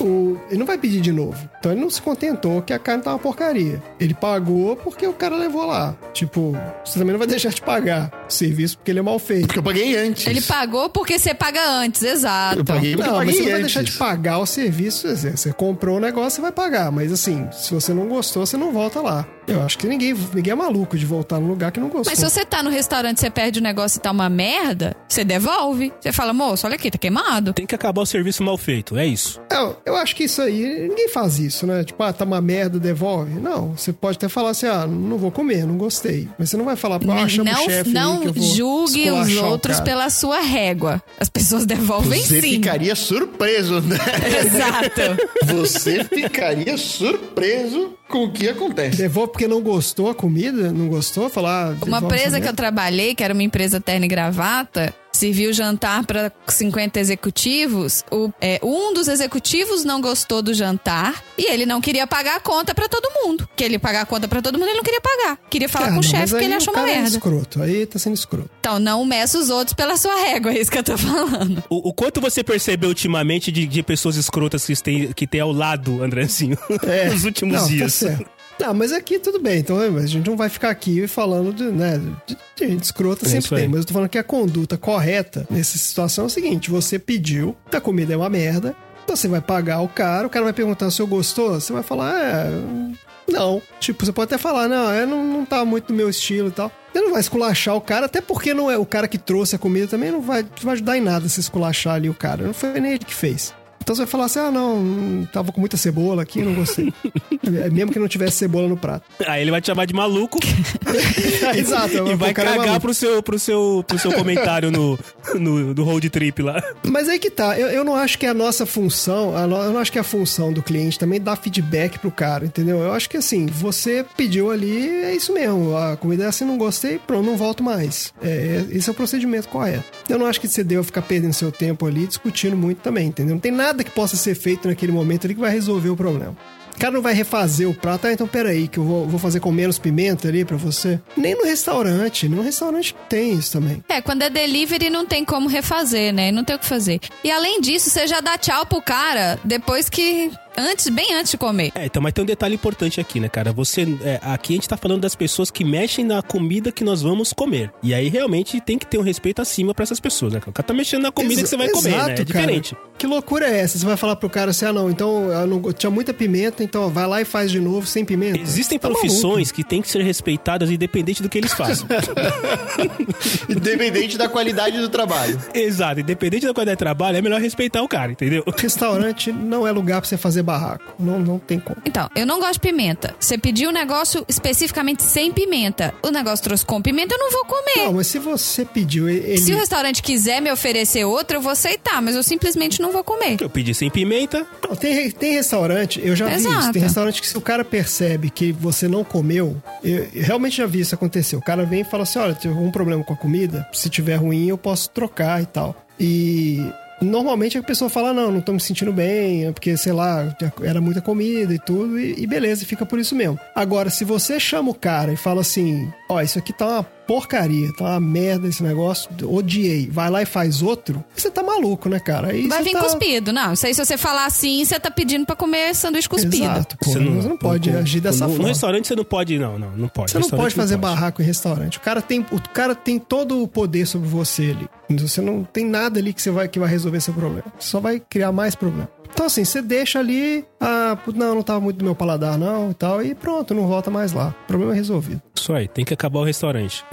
o, ele não vai pedir de novo. Então ele não se contentou que a carne tá uma porcaria. Ele pagou porque o cara levou lá. Tipo, você também não vai deixar de pagar o serviço porque ele é mal feito. porque eu paguei antes. Ele pagou porque você paga antes, exato. Eu paguei porque eu Então, Não, mas paguei você não vai antes. deixar de pagar o serviço. quer dizer, Você comprou o negócio, você vai pagar. Mas assim, se você não gostou, você não volta lá. Eu acho que ninguém, ninguém é maluco de voltar num lugar que não gostou. Mas se você tá no restaurante, você perde o negócio e tá uma merda, você devolve. Você fala, moço, olha aqui, tá queimado. Tem que acabar o serviço mal feito, é isso. eu, eu acho que isso aí, ninguém faz isso, né? Tipo, ah, tá uma merda, devolve. Não, você pode até falar assim, ah, não vou comer, não gostei. Mas você não vai falar, pô, ah, chama o Né, não chefe aí não que eu vou julgue os esculachar o outros cara. é, pela sua régua. As pessoas devolvem Você sim. ficaria surpreso, né? Exato. Você ficaria surpreso com o que acontece. Devolve porque não gostou a comida? Não gostou? Falar... ah, Uma devolve essa empresa que merda. eu trabalhei, que era uma empresa terno e gravata, serviu jantar para 50 executivos, o, é, um dos executivos não gostou do jantar e ele não queria pagar a conta para todo mundo. Que ele pagar a conta para todo mundo, ele não queria pagar. Queria falar Ah, com o não, chefe mas que aí ele o achou uma cara É merda. escroto. Aí tá sendo escroto. Então não meça os outros pela sua régua, é isso que eu tô falando. O, o quanto você percebeu ultimamente de, de pessoas escrotas que tem, que tem ao lado, Andrezinho, nos últimos É. não, dias? Tá certo. Não, mas aqui tudo bem, então né, mas a gente não vai ficar aqui falando de, né, de, de gente escrota, É isso sempre aí. tem, mas eu tô falando que a conduta correta nessa situação é o seguinte, você pediu, a comida é uma merda, você vai pagar o cara, o cara vai perguntar se eu gostou, você vai falar, é, não. Tipo, você pode até falar, não, é, não, não tá muito no meu estilo e tal. Você não vai esculachar o cara, até porque não é o cara que trouxe a comida também não vai, não vai ajudar em nada se esculachar ali o cara. Não foi nem ele que fez. Então você vai falar assim, ah, não, hum, tava com muita cebola aqui, não gostei. É, Mesmo que não tivesse cebola no prato. Aí ele vai te chamar de maluco Exato. e o vai cara é cagar maluco. pro, seu, pro, seu, pro seu comentário no, no, no road trip lá. Mas aí que tá, eu, eu não acho que é a nossa função, a no- eu não acho que é a função do cliente também dar feedback pro cara, entendeu? Eu acho que assim, você pediu ali, é isso mesmo, a comida é assim, não gostei, pronto, não volto mais. É, é- esse é o procedimento correto. Eu não acho que você deva ficar perdendo seu tempo ali discutindo muito também, entendeu? Não tem nada que possa ser feito naquele momento ali que vai resolver o problema. O cara não vai refazer o prato, ah, então peraí, que eu vou, vou fazer com menos pimenta ali pra você. Nem no restaurante, no restaurante tem isso também. É, quando é delivery não tem como refazer, né? Não tem o que fazer. E além disso, você já dá tchau pro cara depois que. Antes, bem antes de comer. É, então, mas tem um detalhe importante aqui, né, cara? Você. é, aqui a gente tá falando das pessoas que mexem na comida que nós vamos comer. E aí realmente tem que ter um respeito acima pra essas pessoas, né? cara? O cara tá mexendo na comida Exa- que você vai comer, né? Exato, É diferente. Cara. Que loucura é essa? Você vai falar pro cara assim, ah não, então eu não- eu tinha muita pimenta, então ó, vai lá e faz de novo sem pimenta. Existem Tá profissões que têm que ser respeitadas independente do que eles façam. Independente da qualidade do trabalho. Exato, independente da qualidade de trabalho, é melhor respeitar o cara, entendeu? maluco. Restaurante não é lugar pra você fazer barraco. Não, não tem como. Então, eu não gosto de pimenta. Você pediu um negócio especificamente sem pimenta. O negócio trouxe com pimenta, eu não vou comer. Não, mas se você pediu e- É. Se o ele. restaurante quiser me oferecer outra, eu vou aceitar, mas eu simplesmente não vou comer. Então, Eu pedi sem pimenta, Não, Tem, re- tem restaurante, eu já vi Exato. isso. Tem restaurante que se o cara percebe que você não comeu, eu, eu realmente já vi isso acontecer. O cara vem e fala assim: olha, tem algum problema com a comida? Se tiver ruim, eu posso trocar e tal. E normalmente a pessoa fala: não, não tô me sentindo bem, é porque sei lá, era muita comida e tudo, e, e beleza, e fica por isso mesmo. Agora, se você chama o cara e fala assim: ó, isso aqui tá uma porcaria, tá uma merda esse negócio, odiei, vai lá e faz outro, você tá maluco, né, cara? Aí Vai você vir tá... cuspido. Não, isso aí se você falar assim, você tá pedindo pra comer sanduíche cuspido. Exato, pô. Você não, pode no- agir dessa no, No forma. restaurante você não é pode, não, não, não pode. você não Restaurante pode fazer barraco em restaurante. O cara, tem, o cara tem todo o poder sobre você ali. Você não tem nada ali que, você vai, que vai resolver seu problema. Você só vai criar mais problema. Então, assim, você deixa ali, ah, putz, não, não tava muito do meu paladar, não, e tal, e pronto, não volta mais lá. Problema resolvido. Isso aí, tem que acabar o restaurante.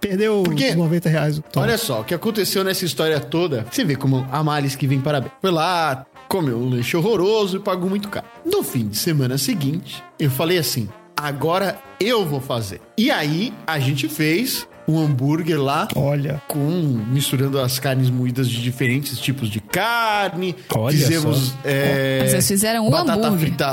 Perdeu quê? os 90 reais. o tom. Olha só, o que aconteceu nessa história toda, você vê como a males que vem parabéns. Foi lá, comeu um lanche horroroso e pagou muito caro. No fim de semana seguinte, eu falei assim: agora eu vou fazer. E aí a gente fez um hambúrguer lá. Olha. Com, misturando as carnes moídas de diferentes tipos de carne. Olha Fizemos só. é, Vocês fizeram um batata hambúrguer. frita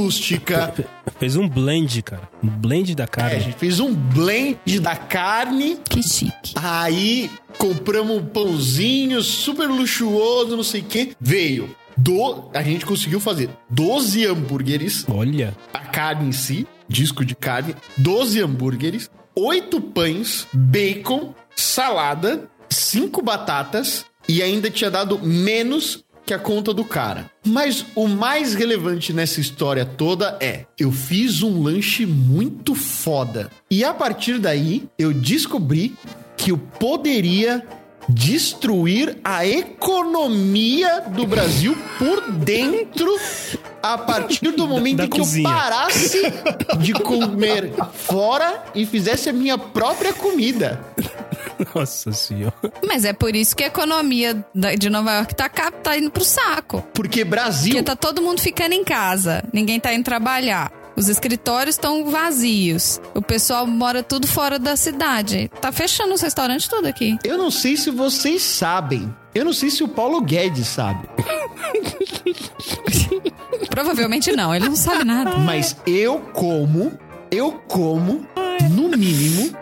rústica. Fez um blend, cara. Um blend da É, a carne. gente fez um blend da carne Que chique. Aí compramos um pãozinho super luxuoso, não sei o quê. Veio. Do... A gente conseguiu fazer 12 hambúrgueres, Olha, a carne em si, disco de carne, 12 hambúrgueres, 8 pães, bacon, salada, 5 batatas e ainda tinha dado menos que a conta do cara. Mas o mais relevante nessa história toda é: eu fiz um lanche muito foda. E a partir daí, eu descobri que eu poderia destruir a economia do Brasil por dentro a partir do momento da em que cozinha. eu parasse de comer fora e fizesse a minha própria comida. nossa senhora. Mas é por isso que a economia da- de Nova York tá, cap- tá indo pro saco. Porque Porque Brasil tá todo mundo ficando em casa. Ninguém tá indo trabalhar. Os escritórios estão vazios. O pessoal mora tudo fora da cidade. Tá fechando os restaurantes tudo aqui. Eu não sei se vocês sabem. Eu não sei se o Paulo Guedes sabe. Provavelmente não, ele não sabe nada. Mas eu como, eu como, no mínimo,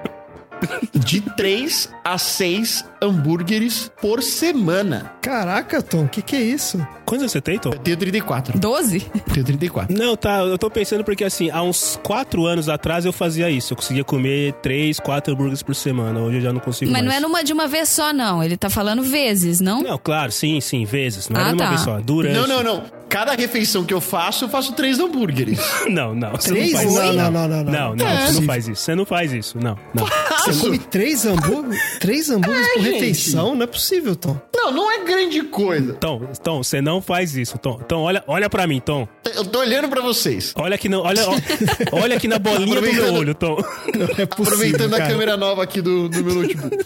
de 3 a 6 hambúrgueres por semana. Caraca, Tom, que que é isso? Quantos anos você tem, Tom? Eu tenho 34. 12? Eu tenho 34. Não, tá, eu tô pensando porque assim, há uns 4 anos atrás eu fazia isso. Eu conseguia comer 3, 4 hambúrgueres por semana. Hoje eu já não consigo Mas não mais. é numa de uma vez só, não. Ele tá falando vezes, não? Não, claro, sim, sim, vezes. Não Ah, era uma tá. vez só. Durante. Não, não, não. Cada refeição que eu faço, eu faço três hambúrgueres. Não, não. Você Três? não faz Não, isso. não, não, não, não. Não, não, É você não possível. faz isso. Você não faz isso. Não, não. Você come três hambúrgueres? Três hambúrgueres por Ah, gente. refeição? Não é possível, Tom. Não, não é grande coisa. Tom, Tom, você não faz isso, Tom. Tom, olha, olha pra mim, Tom. Eu tô olhando pra vocês. Olha aqui, não, olha, ó- olha aqui na bolinha do meu Aproveitando- olho, Tom. Não é possível, Aproveitando a cara. câmera nova aqui do, do meu notebook.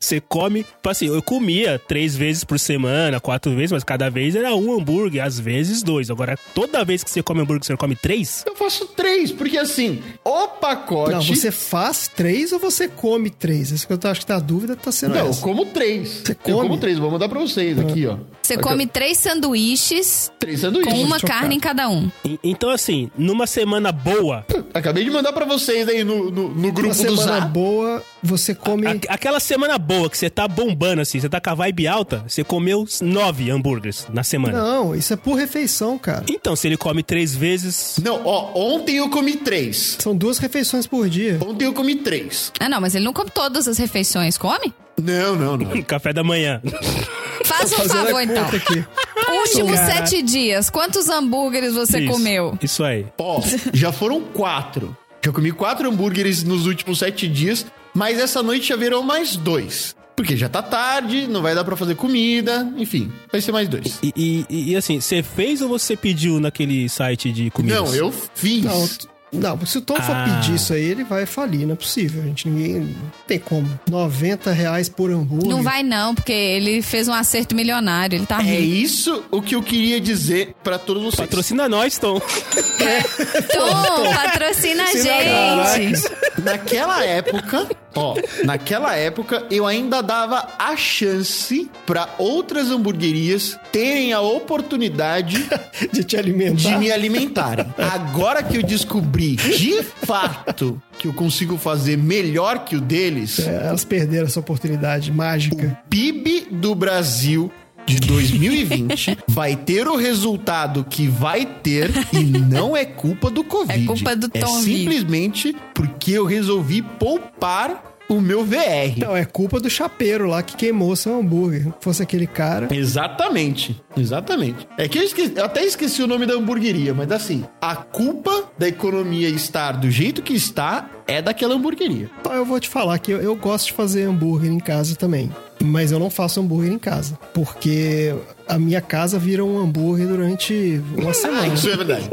Você come, tipo assim, eu comia três vezes por semana, quatro vezes, mas cada vez era um hambúrguer, às vezes dois. Agora, toda vez que você come hambúrguer, você come três? Eu faço três, porque assim, o pacote. Não, você faz três ou você come três? Isso que eu tô- acho que tá a dúvida tá sendo Não, eu essa. como três. Você Eu como come? três, vou mandar pra vocês aqui, ó. Você Aqui, come ó. três sanduíches três sanduíches. com uma chocar. carne em cada um. E- Então, assim, numa semana boa, Acabei de mandar pra vocês aí no, no, no Uma grupo do semana Zap. Ah, boa, você come... a- aquela semana boa que você tá bombando, assim, você tá com a vibe alta, você comeu nove hambúrgueres na semana. Não, isso é por refeição, cara. Então, se ele come três vezes. Não, ó, ontem eu comi três. São duas refeições por dia. Ontem eu comi três. Ah, não, mas ele não come todas as refeições, come? Não, não, não. hum, Café da manhã. Faz um Fazendo a favor, conta então. aqui. Últimos Caraca. sete dias, quantos hambúrgueres você Isso, comeu? Isso aí. Ó, já foram quatro. Já comi quatro hambúrgueres nos últimos sete dias, mas essa noite já virou mais dois. Porque já tá tarde, não vai dar pra fazer comida, enfim, vai ser mais dois. E, e- e- e, assim, você fez ou você pediu naquele site de comidas? Não, eu fiz. Não, t- não, porque se o Tom for Ah. pedir isso aí, ele vai falir, não é possível, gente. Ninguém. Não tem como. R$ 90 reais por hambúrguer. Não vai não, porque ele fez um acerto milionário, ele tá É rico. isso o que eu queria dizer pra todos vocês. Patrocina nós, Tom. Tom, patrocina a gente. Naquela época, ó, naquela época eu ainda dava a chance pra outras hamburguerias terem a oportunidade De te alimentar. de me alimentarem. Agora que eu descobri de fato que eu consigo fazer melhor que o deles, É, Elas perderam essa oportunidade mágica. Hum. PIB do Brasil de 2020 vai ter o resultado que vai ter e não é culpa do Covid. culpa do Tom É Vick. simplesmente porque eu resolvi poupar o meu VR. Não, é culpa do chapeiro lá que queimou seu hambúrguer. Se fosse aquele cara. Exatamente, exatamente. É que eu, esque- eu até esqueci o nome da hamburgueria, mas assim, a culpa da economia estar do jeito que está é daquela hamburgueria. Então, Eu vou te falar que eu, eu gosto de fazer hambúrguer em casa também. Mas eu não faço hambúrguer em casa. Porque a minha casa vira um hambúrguer durante uma Ah, semana. isso é verdade.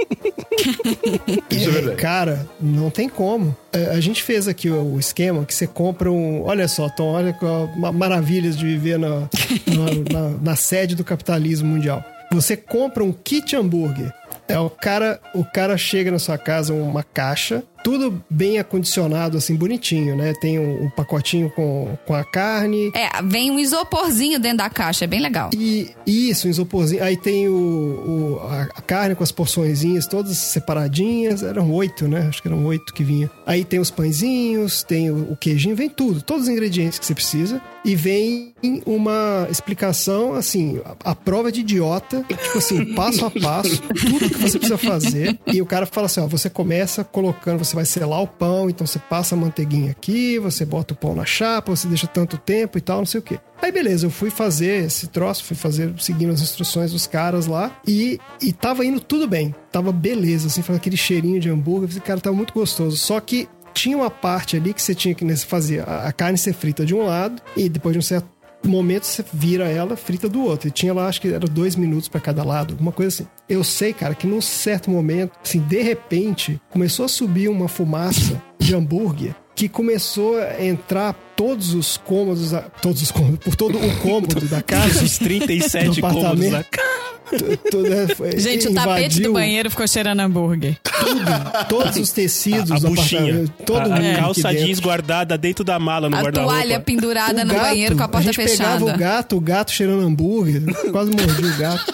isso é É, verdade. cara, não tem como. É, A gente fez aqui o o esquema que você compra um. Olha só, Tom, olha qual- ma- maravilhas de viver na, na, na- na sede do capitalismo mundial. Você compra um kit hambúrguer. É, o, cara, o cara chega na sua casa, uma caixa, tudo bem acondicionado, assim, bonitinho, né? Tem um, um pacotinho com, com a carne, É, vem um isoporzinho dentro da caixa, é bem legal. e isso, um isoporzinho. Aí tem o, o- a, a carne com as porçõezinhas todas separadinhas. Eram oito, né? Acho que eram oito que vinha. Aí tem os pãezinhos, tem o, o queijinho, vem tudo. Todos os ingredientes que você precisa. E vem uma explicação, assim, a, a prova de idiota. Tipo assim, passo a passo, tudo que você precisa fazer. E o cara fala assim, ó, você começa colocando, você vai selar o pão. Então você passa a manteiguinha aqui, você bota o pão na chapa, você deixa tanto tempo e tal, não sei o quê. Aí beleza, eu fui fazer esse troço, fui fazer seguindo as instruções dos caras lá e, e tava indo tudo bem. Tava beleza, assim, fazendo aquele cheirinho de hambúrguer, esse cara tava muito gostoso. Só que tinha uma parte ali que você tinha que né, você fazia a, a carne ser frita de um lado e depois de um certo momento você vira ela frita do outro. E tinha lá, acho que era dois minutos pra cada lado, alguma coisa assim. Eu sei, cara, que num certo momento, assim, de repente, começou a subir uma fumaça de hambúrguer que começou a entrar todos os cômodos, da- todos os cômodos, por todo o cômodo da casa. Os 37 Do cômodos apartamento. da casa. tu- tu, né, foi- Gente, o tapete invadiu do banheiro ficou cheirando hambúrguer. Todos os tecidos A do buchinha. apartamento, todo a, mundo a aqui calça dentro. jeans guardada dentro da mala no A guarda-roupa. toalha pendurada O no gato, banheiro com a porta gente pegava fechada. o gato, o gato cheirando hambúrguer, quase mordi o gato.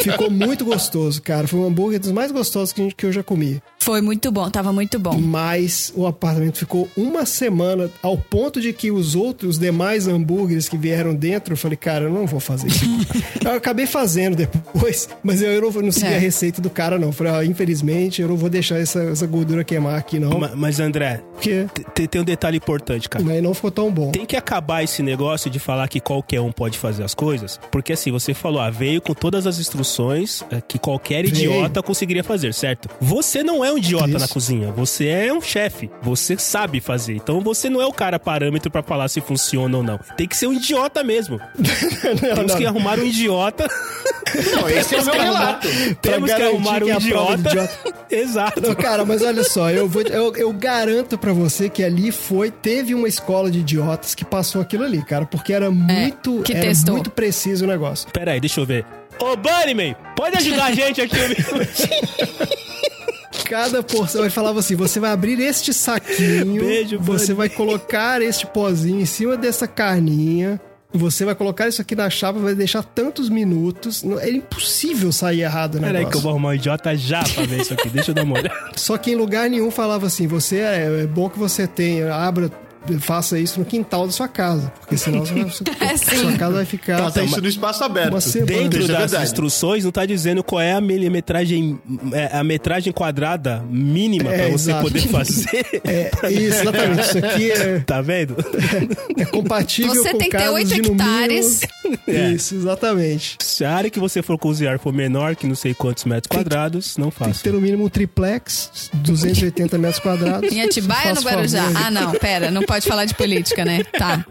Ficou muito gostoso, cara. Foi um hambúrguer dos mais gostosos que, a gente- que eu já comi. Foi muito bom, tava muito bom. Mas o apartamento ficou uma semana ao ponto de que os outros, os demais hambúrgueres que vieram dentro, eu falei, cara, eu não vou fazer isso. eu acabei fazendo depois, mas eu, eu não, eu não segui É. a receita do cara, não. Eu falei, ó, infelizmente, eu não vou deixar essa, essa gordura queimar aqui, não. Ma- Mas, André, Porque te- tem um detalhe importante, cara. mas não ficou tão bom. Tem que acabar esse negócio de falar que qualquer um pode fazer as coisas, porque assim, você falou, ah, veio com todas as instruções eh, que qualquer Veio. idiota conseguiria fazer, certo? Você não é um idiota Isso. na cozinha, você é um chefe, você sabe fazer. Então você não é o cara parâmetro pra falar se funciona ou não. Tem que ser um idiota mesmo. Temos que arrumar um idiota. Não, esse é o meu relato. Temos que garantir arrumar um que é a prova de idiota. idiota. Não, Exato. cara, mas olha só, eu, vou, eu, eu garanto pra você que ali foi, teve uma escola de idiotas que passou aquilo ali, cara, porque era muito, É, que era testou. muito preciso o negócio. Pera aí, deixa eu ver. Ô, Bunnyman, pode ajudar a gente aqui? Cada porção, ele falava assim, você vai abrir este saquinho, Beijo, você Bunny. vai colocar este pozinho em cima dessa carninha, você vai colocar isso aqui na chapa, vai deixar tantos minutos, Não- é impossível sair errado o Pera aí negócio. que eu vou arrumar um idiota já pra ver isso aqui. Deixa eu dar uma olhada. Só que em lugar nenhum falava assim: você é, é bom que você tenha, abra, faça isso no quintal da sua casa, porque senão você vai, É, sim. sua casa vai ficar. Ela tá isso no espaço aberto. Uma semana. Dentro Isso é das verdade. instruções, não tá dizendo qual é a milimetragem, é, a metragem quadrada mínima É, pra você exato. poder fazer. É, isso, exatamente. Isso aqui é, Tá vendo? é compatível Você com tem que ter casos oito de no hectares. mínimo- É. Isso, exatamente. Se a área que você for cozinhar for menor que não sei quantos metros quadrados, não Tem que ter faça. no mínimo um triplex, 280 metros quadrados. Em Atibaia ou no Faça Guarujá? favor. Ah, não, pera, não pode falar de política, né? Tá.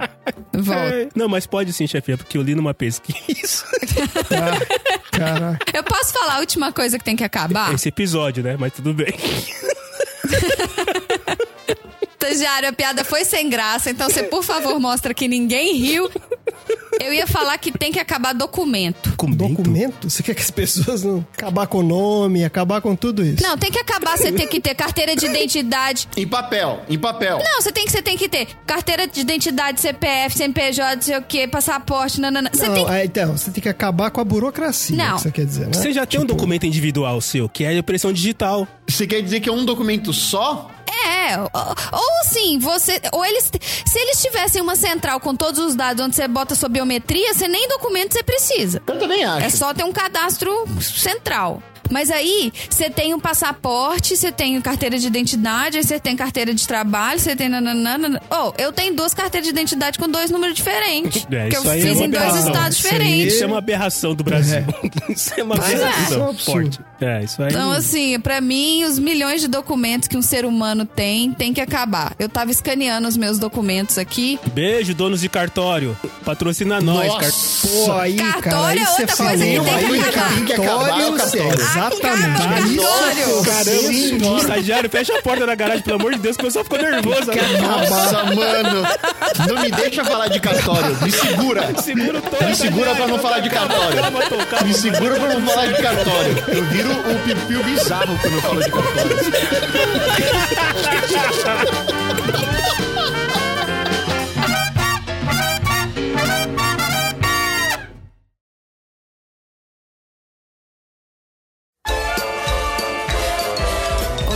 Volta. Não, mas pode sim, chefinha, porque eu li numa pesquisa Caraca. Eu posso falar a última coisa que tem que acabar? esse episódio, né? Mas tudo bem. Estagiário, a piada foi sem graça, então você, por favor, mostra que ninguém riu. Eu ia falar que tem que acabar documento. Documento? Você quer que as pessoas não acabar com o nome, acabar com tudo isso? Não, tem que acabar, você tem que ter carteira de identidade. Em papel, em papel. Não, você tem que, você tem que ter carteira de identidade, CPF, CNPJ, não sei o quê, passaporte, nanana. Você Não, tem ah, então, você tem que acabar com a burocracia, Não. que você quer dizer, né? Você já tem um documento individual seu, que é a impressão digital. Você quer dizer que é um documento só? É, ou, ou assim, você. Ou eles. Se eles tivessem uma central com todos os dados onde você bota sua biometria, você nem documento você precisa. Eu também acho. É só ter um cadastro central. Mas aí, você tem o passaporte, você tem carteira de identidade, aí você tem carteira de trabalho, você tem nananana. Oh, eu tenho duas carteiras de identidade com dois números diferentes. É, que eu isso aí é fiz uma em dois aberração. estados Isso aí- diferentes. Isso é uma aberração do Brasil. Isso é uma Mas é, isso é um aberração absurdo. forte. É, isso aí. Então, assim, pra mim, os milhões de documentos que um ser humano tem, tem que acabar. Eu tava escaneando os meus documentos aqui. Beijo, donos de cartório. Patrocina nós, cartório. Pô, aí, Cartório cara, aí é você outra falou. coisa que tem que Aí, é acabar. Tem que acabar o cartório. Acaba Exatamente. o cartório. Caramba, Sim, senhora. Estagiário, fecha a porta da garagem, pelo amor de Deus, que o pessoal ficou nervoso. agora. Nossa, mano. Não me deixa falar de cartório. Me segura. Segura o tom, Me segura pra não falar de cartório. Calma, Tom, calma. Me segura pra não falar de cartório. Eu viro um pipiu bizarro quando eu falo de cartório.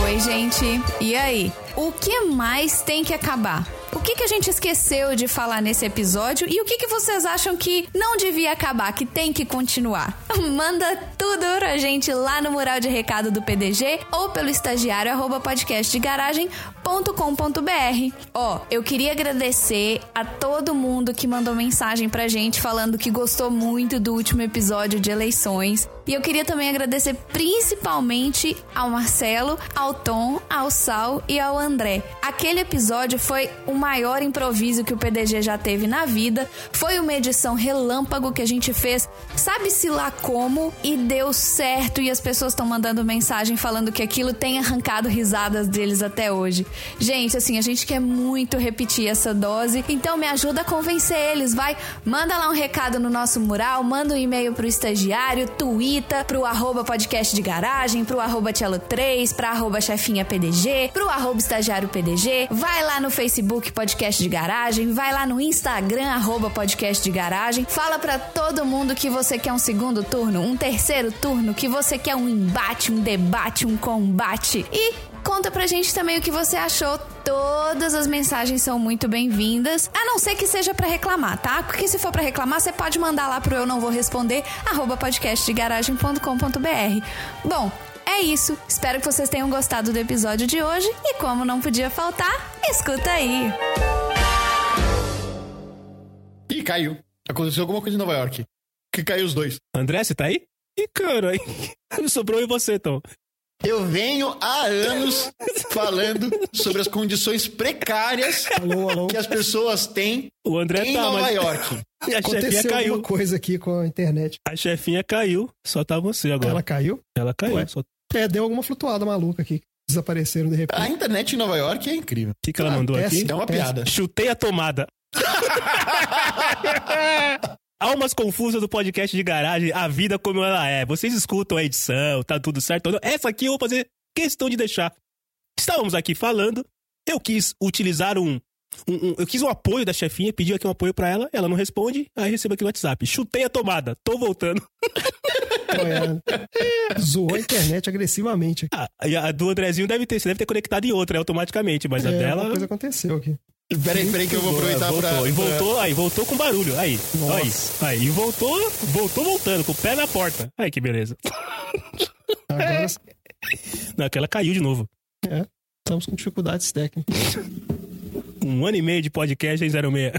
Oi, gente. E aí? O que mais tem que acabar? O que, que a gente esqueceu de falar nesse episódio e o que, que vocês acham que não devia acabar, que tem que continuar? Manda tudo pra gente lá no mural de recado do PDG ou pelo estagiário arroba podcastdegaragem.com.br. Ó, eu queria agradecer a todo mundo que mandou mensagem pra gente falando que gostou muito do último episódio de eleições. E eu queria também agradecer principalmente ao Marcelo, ao Tom, ao Sal e ao André. Aquele episódio foi o maior improviso que o PDG já teve na vida. Foi uma edição relâmpago que a gente fez, sabe-se lá como, e deu certo. E as pessoas estão mandando mensagem falando que aquilo tem arrancado risadas deles até hoje. Gente, assim, a gente quer muito repetir essa dose, então me ajuda a convencer eles. Vai, manda lá um recado no nosso mural, manda um e-mail pro estagiário, tuita, pro arroba podcast de garagem, pro arroba tchelo3, pra arroba chefinha PDG, pro arroba estagiário PDG. Vai lá no Facebook podcast de garagem, vai lá no Instagram arroba podcast de garagem. Fala pra todo mundo que você quer um segundo turno, um terceiro turno, que você quer um embate, um debate, um combate. E Conta pra gente também o que você achou. Todas as mensagens são muito bem-vindas, a não ser que seja pra reclamar, tá? Porque se for pra reclamar, você pode mandar lá pro eu não vou responder arroba podcastdegaragem.com.br. Bom, é isso. Espero que vocês tenham gostado do episódio de hoje e como não podia faltar, escuta aí. Ih, caiu. Aconteceu alguma coisa em Nova York. Que caiu os dois. André, você tá aí? Ih, cara, aí. sobrou e você, então. Tom. Eu venho há anos falando sobre as condições precárias Alô, alô. que as pessoas têm O André em tá, Nova mas York. a chefinha Aconteceu caiu. alguma coisa aqui com a internet. A chefinha caiu, só tá você agora. Ela Ela, caiu? caiu. Ué. só- O É, deu alguma flutuada maluca aqui. Desapareceram de repente. A internet em Nova York é incrível. que, que ela mandou aqui? péssimo. É uma piada. Chutei a tomada. Almas confusas do podcast de garagem, a vida como ela é. Vocês escutam a edição, tá tudo certo ou não? Essa aqui eu vou fazer questão de deixar. Estávamos aqui falando, eu quis utilizar um. um- um- eu quis um apoio da chefinha, pedi aqui um apoio pra ela, ela não responde, aí recebo aqui no WhatsApp. Chutei a tomada, tô voltando. Apoiado. É. Zoou a internet agressivamente. Ah, e a do Andrezinho deve ter, você deve ter conectado em outra né, automaticamente, mas a É, dela. alguma coisa aconteceu aqui. Peraí, peraí que eu vou aproveitar voltou, tá pra... E voltou, aí voltou com barulho. Aí, Nossa. aí, aí. E voltou, voltou voltando, com o pé na porta. Aí que beleza. Agora é. Não, aquela caiu de novo. estamos com dificuldades técnicas. Um ano e meio de podcast em 06.